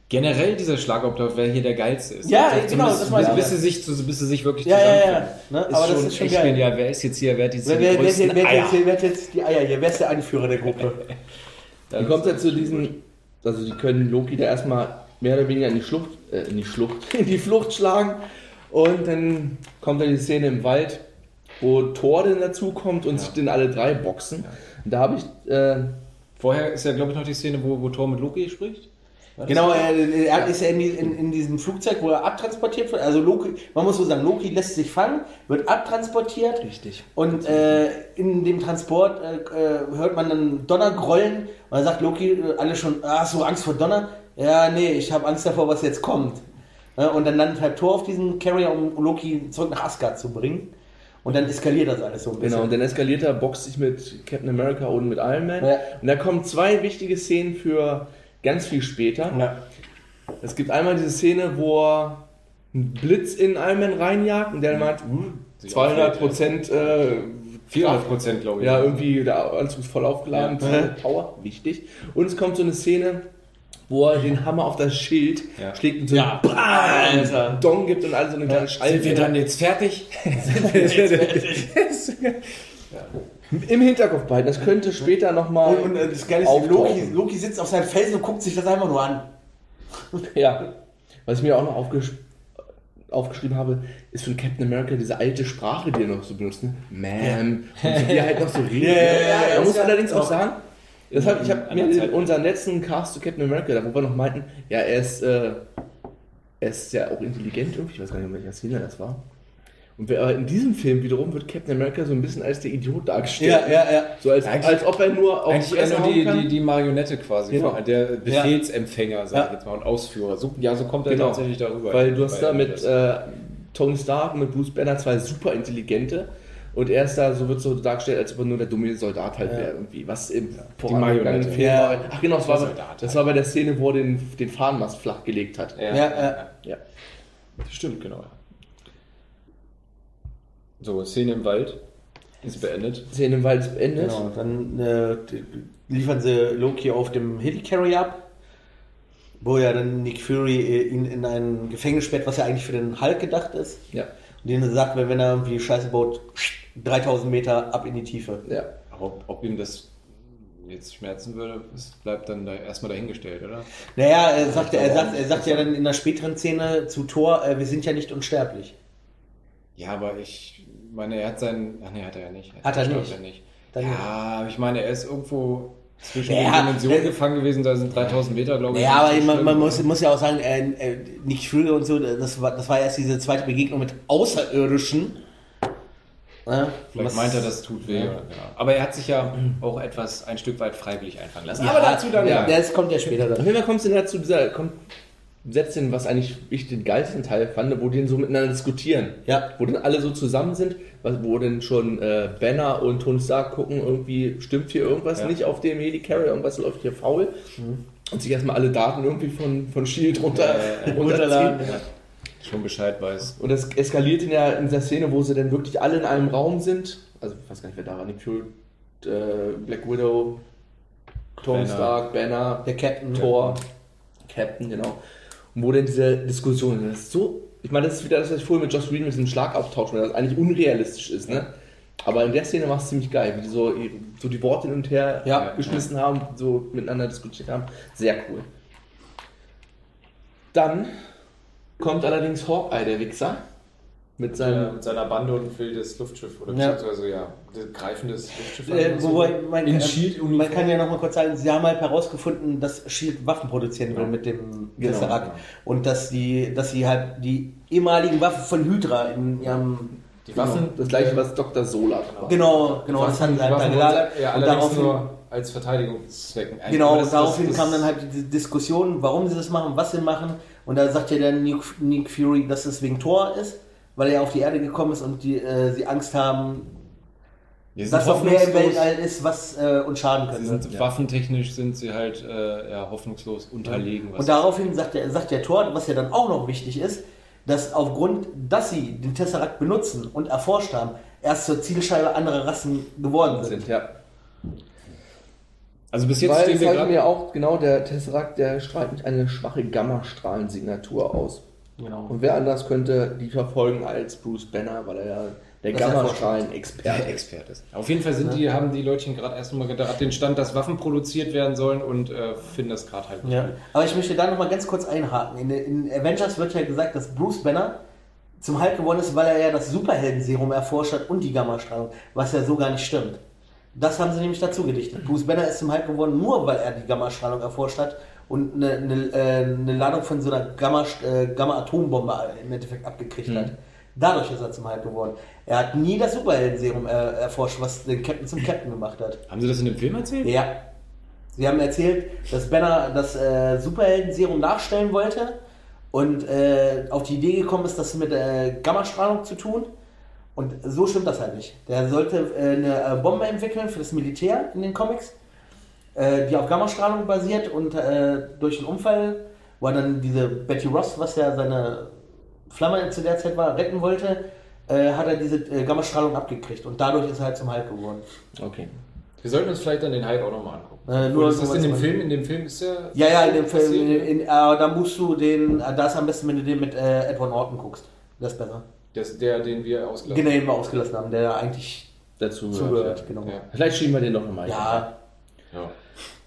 Speaker 9: Generell dieser Schlagoblauf, wer hier der geilste ist.
Speaker 2: Ja,
Speaker 9: Also
Speaker 2: genau,
Speaker 9: zumindest
Speaker 2: das meine ich.
Speaker 9: Bis sie sich, zu- bis sie sich wirklich
Speaker 2: Ja, ja, ja.
Speaker 9: zusammenfinden.
Speaker 2: Ne,
Speaker 9: Ist
Speaker 2: aber das
Speaker 9: schon
Speaker 2: ist schon
Speaker 9: echt
Speaker 2: geil.
Speaker 9: genial. Wer ist jetzt hier, wer hat jetzt
Speaker 2: Wer,
Speaker 9: hier die
Speaker 2: wer, wer,
Speaker 9: größten
Speaker 2: wer, wer,
Speaker 9: Eier?
Speaker 2: jetzt, wer hat jetzt die Eier hier? Wer ist der Anführer der Gruppe?
Speaker 7: Dann kommt er zu diesem, also die können Loki da erstmal mehr oder weniger in die Schlucht, äh, in die Schlucht, in die Flucht schlagen. Und dann kommt dann die Szene im Wald, wo Thor denn dazu kommt und sich dann alle drei boxen. Und da habe ich, äh,
Speaker 9: Vorher ist ja, glaube ich, noch die Szene, wo, wo Thor mit Loki spricht.
Speaker 2: Genau, er, er ist ja in, die, in, in diesem Flugzeug, wo er abtransportiert wird. Also Loki, man muss so sagen, Loki lässt sich fangen, wird abtransportiert.
Speaker 7: Richtig.
Speaker 2: Und äh, in dem Transport äh, äh, hört man dann Donner grollen. Und dann sagt Loki, äh, alle schon, ah, hast du Angst vor Donner? Ja, nee, ich habe Angst davor, was jetzt kommt. Ja, und dann landet halt Thor auf diesem Carrier, um Loki zurück nach Asgard zu bringen. Und dann eskaliert das alles so ein bisschen.
Speaker 7: genau, und dann eskaliert er, boxt sich mit Captain America und mit Iron Man.
Speaker 2: Ja.
Speaker 7: Und da kommen zwei wichtige Szenen für ganz viel später.
Speaker 2: Ja.
Speaker 7: Es gibt einmal diese Szene, wo er einen Blitz in Iron Man reinjagt und der meint, 200 Prozent, äh,
Speaker 9: 400 Prozent, glaube ich.
Speaker 7: ja, irgendwie der Anzug ist voll aufgeladen, 200 Power, wichtig. Und es kommt so eine Szene, wo er den Hammer auf das Schild
Speaker 9: Ja.
Speaker 7: schlägt und so
Speaker 9: Ja.
Speaker 7: BAM!
Speaker 10: Alter.
Speaker 7: Dong gibt und alle so eine kleine Schallwelle.
Speaker 9: Sind Also wir dann jetzt fertig?
Speaker 7: Im Hinterkopf behalten, das könnte später nochmal.
Speaker 2: Und, und äh, das Geile ist, Loki,
Speaker 7: Auftauchen.
Speaker 2: Loki sitzt auf seinem Felsen und guckt sich das einfach nur an.
Speaker 7: Ja. Was ich mir auch noch aufgesch aufgeschrieben habe, ist von Captain America diese alte Sprache, die er noch so benutzt. Ne? Ma'am. Und wie er halt noch so redet.
Speaker 2: ja,
Speaker 7: Man muss
Speaker 2: ja.
Speaker 7: allerdings auch sagen, das hab, ich habe mir
Speaker 9: Anderzeit.
Speaker 7: in unseren letzten Cast zu Captain America, da wo wir noch meinten, ja, er ist, äh, er ist ja auch intelligent irgendwie, ich weiß gar nicht, in welcher Szene das war. Und wer- aber in diesem Film wiederum wird Captain America so ein bisschen als der Idiot dargestellt.
Speaker 2: ja, ja.
Speaker 7: So als,
Speaker 9: Eigentlich-
Speaker 7: als ob er nur auf
Speaker 9: Eigentlich eher
Speaker 7: Fresse
Speaker 9: nur die,
Speaker 7: hauen kann.
Speaker 9: die, die Marionette quasi,
Speaker 7: Genau.
Speaker 9: von- der Befehlsempfänger, sag ich
Speaker 2: Ja.
Speaker 9: jetzt mal, und Ausführer. So, ja, so kommt er
Speaker 7: Genau.
Speaker 9: tatsächlich darüber.
Speaker 7: Weil du hast da mit
Speaker 9: das-
Speaker 7: äh, Tony Stark und mit Bruce Banner zwei super intelligente und er ist da, so wird so dargestellt, als ob er nur der dumme Soldat halt wäre irgendwie. Was im vorangegangenen
Speaker 9: Marionette.
Speaker 7: Film
Speaker 2: Ja.
Speaker 7: war. Ach genau, das war, bei-
Speaker 9: Soldat
Speaker 7: das
Speaker 9: halt.
Speaker 7: war bei der Szene, wo er den, den Fahnenmast flach gelegt hat.
Speaker 9: ja,
Speaker 2: Ja, äh,
Speaker 9: ja, äh,
Speaker 2: ja.
Speaker 9: ja.
Speaker 7: Ja.
Speaker 9: Stimmt, genau. ja. So, Szene im Wald ist beendet.
Speaker 7: Szene im Wald ist beendet.
Speaker 2: Genau, dann äh, die- die liefern sie Loki auf dem Helicarrier ab, wo ja dann Nick Fury äh, ihn in ein Gefängnis sperrt, was ja eigentlich für den Hulk gedacht ist.
Speaker 7: Ja.
Speaker 2: Und denen sagt, wenn, wenn er irgendwie Scheiße baut, 3000 Meter ab in die Tiefe.
Speaker 7: ja.
Speaker 9: Aber ob, ob ihm das jetzt schmerzen würde, das bleibt dann da erstmal dahingestellt, oder?
Speaker 2: Naja, er sagt, ja- er sagt, er sagt ja dann in der späteren Szene zu Thor, äh, wir sind ja nicht unsterblich.
Speaker 9: Ja, aber ich meine, er hat seinen. Ach nee, hat er ja nicht.
Speaker 2: Hat er
Speaker 9: stirbt
Speaker 2: nicht.
Speaker 9: Ja, nicht.
Speaker 2: Dann-
Speaker 9: ja, aber ich meine, er ist irgendwo zwischen
Speaker 2: Ja,
Speaker 9: den Dimensionen
Speaker 2: äh,
Speaker 9: gefangen gewesen, da sind 3000 Meter, glaube ich.
Speaker 2: Naja,
Speaker 9: Das
Speaker 2: aber
Speaker 9: ist
Speaker 2: man,
Speaker 9: schlimm,
Speaker 2: man
Speaker 9: oder?
Speaker 2: muss, muss ja auch sagen, äh, äh, Nick Fury und so, das war, das war erst diese zweite Begegnung mit Außerirdischen. Ne?
Speaker 9: Vielleicht
Speaker 2: Was-
Speaker 9: meint er, das tut weh. Oder, genau. Aber er hat sich ja auch etwas ein Stück weit freiwillig einfangen lassen. aber dazu dann
Speaker 2: ja.
Speaker 9: ja.
Speaker 2: Das kommt ja später
Speaker 7: Auf
Speaker 2: dann.
Speaker 7: jeden Fall kommt es dann dazu, dieser kommt, setzt hin, was eigentlich ich den geilsten Teil fand, wo die dann so miteinander diskutieren.
Speaker 2: Ja.
Speaker 7: Wo dann alle so zusammen sind, was- wo dann schon äh, Banner und Tony Stark gucken, irgendwie stimmt hier irgendwas nicht auf dem Helicarrier, irgendwas läuft hier faul. Und sich erstmal alle Daten irgendwie von, von Shield E runter, runterladen.
Speaker 9: Schon Bescheid weiß.
Speaker 7: Und das eskaliert in, der, in dieser Szene, wo sie dann wirklich alle in einem Raum sind. Also, ich weiß gar nicht, wer da war. Nick Fury, äh, Black Widow, Tony
Speaker 9: Banner.
Speaker 7: Stark, Banner,
Speaker 2: Der Captain
Speaker 7: Tor, Captain, genau. Und wo denn diese Diskussion, das ist so, ich meine, das ist wieder das, was ich vorhin mit Josh Green mit diesem Schlagabtausch, weil das eigentlich unrealistisch ist, ne? Aber in der Szene war es ziemlich geil, wie die so, so die Worte hin und her
Speaker 2: Ja.
Speaker 7: geschmissen haben, so miteinander diskutiert haben. Sehr cool. Dann kommt allerdings Hawkeye, der Wichser, mit
Speaker 9: Ja,
Speaker 7: seinem
Speaker 9: Äh, mit seiner Bande und will das Luftschiff oder
Speaker 2: Ja.
Speaker 9: beziehungsweise ja, das greifendes Luftschiff.
Speaker 2: Äh,
Speaker 9: an-
Speaker 2: wobei man,
Speaker 9: in
Speaker 2: äh,
Speaker 9: Shield
Speaker 2: man kann ja nochmal kurz sagen, sie haben halt herausgefunden, dass Shield Waffen produzieren will mit dem
Speaker 7: Genau,
Speaker 2: Tesseract.
Speaker 9: genau.
Speaker 2: Und dass die, dass sie halt die ehemaligen Waffen von Hydra in ihrem
Speaker 9: die Waffen.
Speaker 7: Genau, das gleiche, was Dr. Solar war.
Speaker 2: Genau, genau, das haben sie halt da gelagert.
Speaker 9: Ja,
Speaker 2: und
Speaker 9: allerdings
Speaker 2: daraufhin,
Speaker 9: nur als Verteidigungszwecken. Eigentlich,
Speaker 2: genau,
Speaker 9: aber
Speaker 2: und
Speaker 9: das-
Speaker 2: daraufhin
Speaker 9: das-
Speaker 2: kam dann halt die Diskussion, warum sie das machen, was sie machen. Und da sagt ja dann Nick, Nick Fury, dass es wegen Thor ist, weil er auf die Erde gekommen ist und die, äh, sie Angst haben,
Speaker 9: Wir sind
Speaker 2: dass das mehr im
Speaker 9: hoffnungslos.
Speaker 2: Weltall ist, was äh, uns schaden
Speaker 9: Sie
Speaker 2: könnte.
Speaker 9: sind, Waffentechnisch sind sie halt äh, ja, hoffnungslos unterlegen. was-
Speaker 2: Und daraufhin sagt der, sagt der Tor, was ja dann auch noch wichtig ist, dass aufgrund, dass sie den Tesseract benutzen und erforscht haben, erst zur Zielscheibe anderer Rassen geworden sind.
Speaker 7: Sind, ja.
Speaker 9: also bis jetzt
Speaker 7: Weil
Speaker 9: stehen
Speaker 7: es
Speaker 9: wir
Speaker 7: halt
Speaker 9: gerade.
Speaker 7: mir auch, genau, der Tesseract, der strahlt nicht eine schwache Gammastrahlensignatur aus.
Speaker 2: Genau.
Speaker 7: Und wer anders könnte die verfolgen als Bruce Banner, weil er ja der
Speaker 2: Das ist ja
Speaker 7: Gammastrahlen-Experte ist.
Speaker 9: Experte ist. Auf jeden Fall sind die, haben die Leutchen gerade erstmal gedacht, den Stand, dass Waffen produziert werden sollen und äh, finden das gerade halt nicht
Speaker 2: Ja.
Speaker 9: gut.
Speaker 2: Aber ich möchte da nochmal ganz kurz einhaken. In, in Avengers wird ja gesagt, dass Bruce Banner zum Hulk geworden ist, weil er ja das Superhelden-Serum erforscht hat und die Gammastrahlung, was ja so gar nicht stimmt. Das haben sie nämlich dazu gedichtet. Bruce Banner ist zum Hulk geworden, nur weil er die Gammastrahlung erforscht hat und eine, eine, äh, eine Ladung von so einer Gamma, äh, Gamma-Atombombe im Endeffekt abgekriegt hat. Dadurch ist er zum Hulk geworden. Er hat nie das Superhelden-Serum äh, erforscht, was den Captain zum Captain gemacht hat.
Speaker 9: Haben Sie das in dem Film erzählt?
Speaker 2: Ja. Sie haben erzählt, dass Banner das äh, Superhelden-Serum nachstellen wollte und äh, auf die Idee gekommen ist, das mit äh, Gammastrahlung zu tun. Und so stimmt das halt nicht. Der sollte äh, eine äh, Bombe entwickeln für das Militär in den Comics, äh, die auf Gammastrahlung basiert und äh, durch einen Unfall, wo er dann diese Betty Ross, was ja seine Flamme zu der Zeit war, retten wollte, äh, hat er diese äh, Gammastrahlung abgekriegt und dadurch ist er halt zum Hulk geworden.
Speaker 7: Okay.
Speaker 4: Wir sollten uns vielleicht dann den Hulk auch nochmal angucken.
Speaker 2: Äh, nur
Speaker 4: Oder ist
Speaker 2: so
Speaker 4: das
Speaker 2: was
Speaker 4: in dem
Speaker 2: man-
Speaker 4: Film? In dem Film ist ja.
Speaker 2: Ja, ja, in dem Film,
Speaker 4: passiert,
Speaker 2: in,
Speaker 4: ne?
Speaker 2: in, aber da musst du den, äh, da ist am besten, wenn du den mit äh, Edward Norton guckst. Das ist besser.
Speaker 4: Das, der, den wir ausgelassen
Speaker 2: Genau, den wir ausgelassen haben, der ja eigentlich
Speaker 7: Dazu gehört.
Speaker 2: zugehört,
Speaker 7: ja.
Speaker 2: genau.
Speaker 4: Ja.
Speaker 7: Vielleicht schieben wir den noch einmal.
Speaker 2: Ja,
Speaker 9: Ja.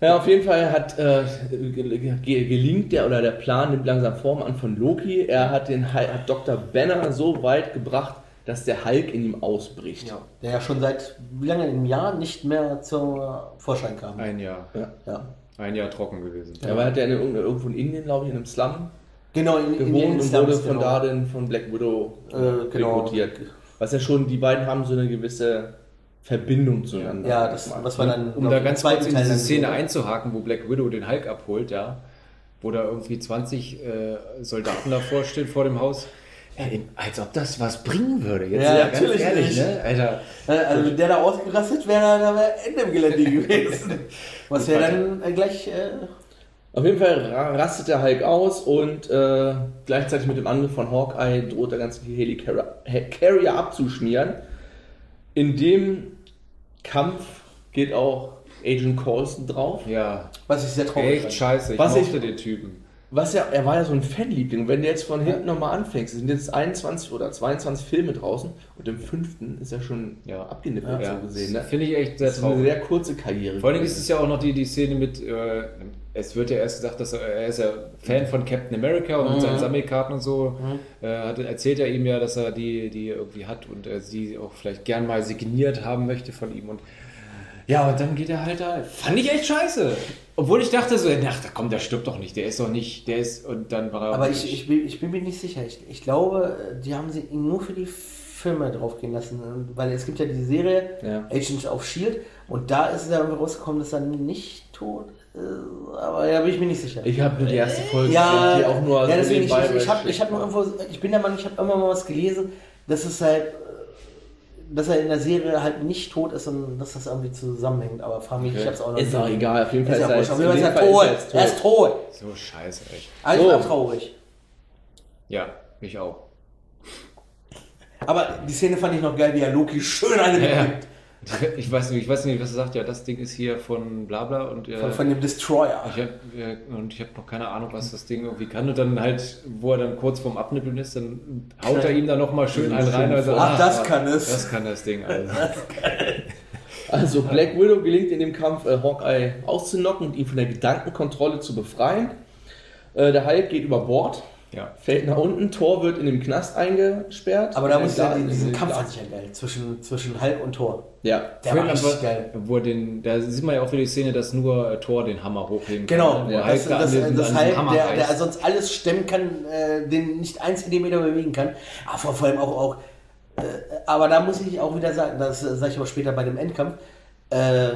Speaker 7: Ja, auf jeden Fall hat äh, ge- ge- gelingt der oder der Plan nimmt langsam Form an von Loki. Er hat den Hulk- hat Dr. Banner so weit gebracht, dass der Hulk in ihm ausbricht.
Speaker 2: ja, der ja schon seit wie lange im Jahr nicht mehr zum äh, Vorschein kam.
Speaker 9: Ein Jahr.
Speaker 2: Ja.
Speaker 9: Ein Jahr trocken gewesen.
Speaker 7: Er war hat ja in, irgendwo in Indien, glaube ich, in einem Slum
Speaker 2: Genau, in, in
Speaker 7: gewohnt und
Speaker 2: Slums,
Speaker 7: wurde von
Speaker 2: genau.
Speaker 7: da dann von Black Widow
Speaker 2: Äh, genau.
Speaker 7: rekrutiert. Was ja schon, die beiden haben so eine gewisse Verbindung zueinander.
Speaker 2: Ja, das, was
Speaker 7: ne?
Speaker 2: wir dann
Speaker 9: Um
Speaker 2: glaub
Speaker 9: da
Speaker 2: ich,
Speaker 9: ganz
Speaker 2: im
Speaker 9: kurz in diese
Speaker 2: dann
Speaker 9: Szene
Speaker 2: sehen.
Speaker 9: einzuhaken, wo Black Widow den Hulk abholt, ja, wo da irgendwie 20 äh, Soldaten davor stehen vor dem Haus. Ey, als ob das was bringen würde. Jetzt
Speaker 2: Ja,
Speaker 9: ja, ganz
Speaker 2: natürlich
Speaker 9: ehrlich,
Speaker 2: nicht.
Speaker 9: ne? Alter.
Speaker 2: Äh, Also wenn der da ausgerastet wäre, da wäre Ende im Gelände gewesen. Was ja dann äh, gleich äh,
Speaker 7: Auf jeden Fall ra- rastet der Hulk aus und äh, gleichzeitig mit dem Angriff von Hawkeye droht der ganze Helicarrier abzuschmieren. In dem Kampf geht auch Agent Coulson drauf.
Speaker 9: Ja,
Speaker 2: was ich sehr traurig
Speaker 9: echt
Speaker 2: fand.
Speaker 9: scheiße. Ich
Speaker 7: Was
Speaker 9: mochte
Speaker 7: ich-
Speaker 9: den Typen.
Speaker 7: Was ja, er war ja so ein Fanliebling. Wenn du jetzt von hinten nochmal anfängst, es sind jetzt 21 oder 22 Filme draußen und im fünften ist er schon
Speaker 9: Ja.
Speaker 7: abgenippelt so gesehen. Ne?
Speaker 9: Finde ich echt sehr
Speaker 7: Das ist eine
Speaker 9: traurig.
Speaker 7: sehr kurze Karriere.
Speaker 9: Vor allen Dingen ist es ja auch noch die, die Szene mit, äh, es wird ja erst gesagt, dass er, er ist ja Fan von Captain America und mit seinen Sammelkarten und so, äh, hat, erzählt er ihm ja, dass er die, die irgendwie hat und äh, sie auch vielleicht gern mal signiert haben möchte von ihm und ja, und dann geht er halt da. Fand ich echt scheiße. Obwohl ich dachte so, ach komm, der stirbt doch nicht, der ist doch nicht, der ist, und dann war er.
Speaker 2: Aber ich, ich, bin, ich bin mir nicht sicher. Ich, ich glaube, die haben sie ihn nur für die Filme draufgehen lassen. Und- Weil es gibt ja die Serie
Speaker 7: Ja.
Speaker 2: Agents of Shield E und da ist es ja irgendwie rausgekommen, dass er nicht tot ist. Aber da bin ich mir nicht sicher.
Speaker 7: ich habe nur die erste Folge
Speaker 2: ja,
Speaker 7: gesehen, die auch nur
Speaker 2: ja, deswegen, ich,
Speaker 7: nebenbei
Speaker 2: ich, ich habe ich hab
Speaker 7: war.
Speaker 2: nur irgendwo, ich bin der Meinung, ich habe immer mal was gelesen, dass es halt, äh, dass er in der Serie halt nicht tot ist und dass das irgendwie zusammenhängt. Aber frag mich, ich hab's auch noch
Speaker 7: Ist auch
Speaker 2: gesehen.
Speaker 7: egal, auf jeden Fall
Speaker 2: Ist ja
Speaker 7: er
Speaker 2: wurscht,
Speaker 7: jetzt-
Speaker 2: auf jeden Fall
Speaker 7: in
Speaker 2: ist
Speaker 7: dem
Speaker 2: er
Speaker 7: Fall
Speaker 2: tot.
Speaker 7: ist
Speaker 2: Er ist tot.
Speaker 9: so scheiße, echt.
Speaker 2: Also
Speaker 7: So.
Speaker 2: ich war traurig.
Speaker 9: Ja, ich auch.
Speaker 2: Aber die Szene fand ich noch geil, wie er Loki schön eine
Speaker 9: Ja.
Speaker 2: mitgibt.
Speaker 9: Ich weiß nicht, ich weiß nicht, was er sagt. Ja, das Ding ist hier von Blabla und äh,
Speaker 2: Von, von dem Destroyer.
Speaker 9: Ich hab, äh, und ich habe noch keine Ahnung, was das Ding irgendwie kann. Und dann halt, wo er dann kurz vorm Abnippeln ist, dann haut er ihm dann nochmal schön einen rein. Also,
Speaker 2: Ach, das kann es.
Speaker 9: Das kann das Ding. Also.
Speaker 7: Also Black Widow gelingt in dem Kampf äh, Hawkeye auszunocken und ihn von der Gedankenkontrolle zu befreien. Äh, der Hulk geht über Bord,
Speaker 9: Ja.
Speaker 7: fällt nach unten, Thor wird in dem Knast eingesperrt.
Speaker 2: Aber da
Speaker 7: In
Speaker 2: muss ich
Speaker 7: der
Speaker 2: sagen,
Speaker 7: Glas-
Speaker 2: diesen
Speaker 7: in der
Speaker 2: Kampf fand
Speaker 7: Glas-
Speaker 2: ich ja geil. Zwischen, zwischen Hulk und Tor.
Speaker 7: Ja.
Speaker 2: Der war richtig geil.
Speaker 9: Wo er den, da sieht man ja auch wieder die Szene, dass nur äh, Thor den Hammer hochheben kann.
Speaker 2: Genau,
Speaker 9: ne? Wo
Speaker 2: das,
Speaker 9: Hulk da
Speaker 2: das,
Speaker 9: an diesen-
Speaker 2: das
Speaker 9: an diesen
Speaker 2: Hulk,
Speaker 9: Hammer
Speaker 2: der, also- der
Speaker 9: reißt.
Speaker 2: sonst alles stemmen kann, äh, den nicht ein Zentimeter bewegen kann. Aber vor, vor allem auch, auch äh, aber da muss ich auch wieder sagen, das äh, sage ich aber später bei dem Endkampf, äh,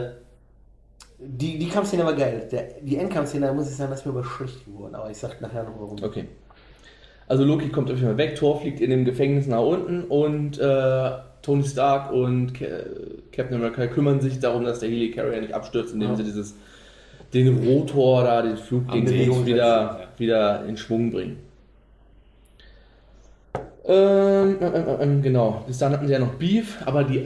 Speaker 2: die, die Kampfszene war geil. Der, die Endkampfszene, da muss ich sagen, das ist mir aber schlecht geworden. Aber ich sag nachher noch warum.
Speaker 7: Okay. Also Loki kommt auf jeden Fall weg, Thor fliegt in dem Gefängnis nach unten und äh, Tony Stark und Ca- äh, Captain America kümmern sich darum, dass der Helicarrier nicht abstürzt, indem sie dieses den Rotor da, den Flugding
Speaker 2: Bewegung
Speaker 7: wieder, wieder in Schwung bringen. Ähm, ähm, ähm, ähm, genau, bis dann hatten sie ja noch Beef, aber die, äh,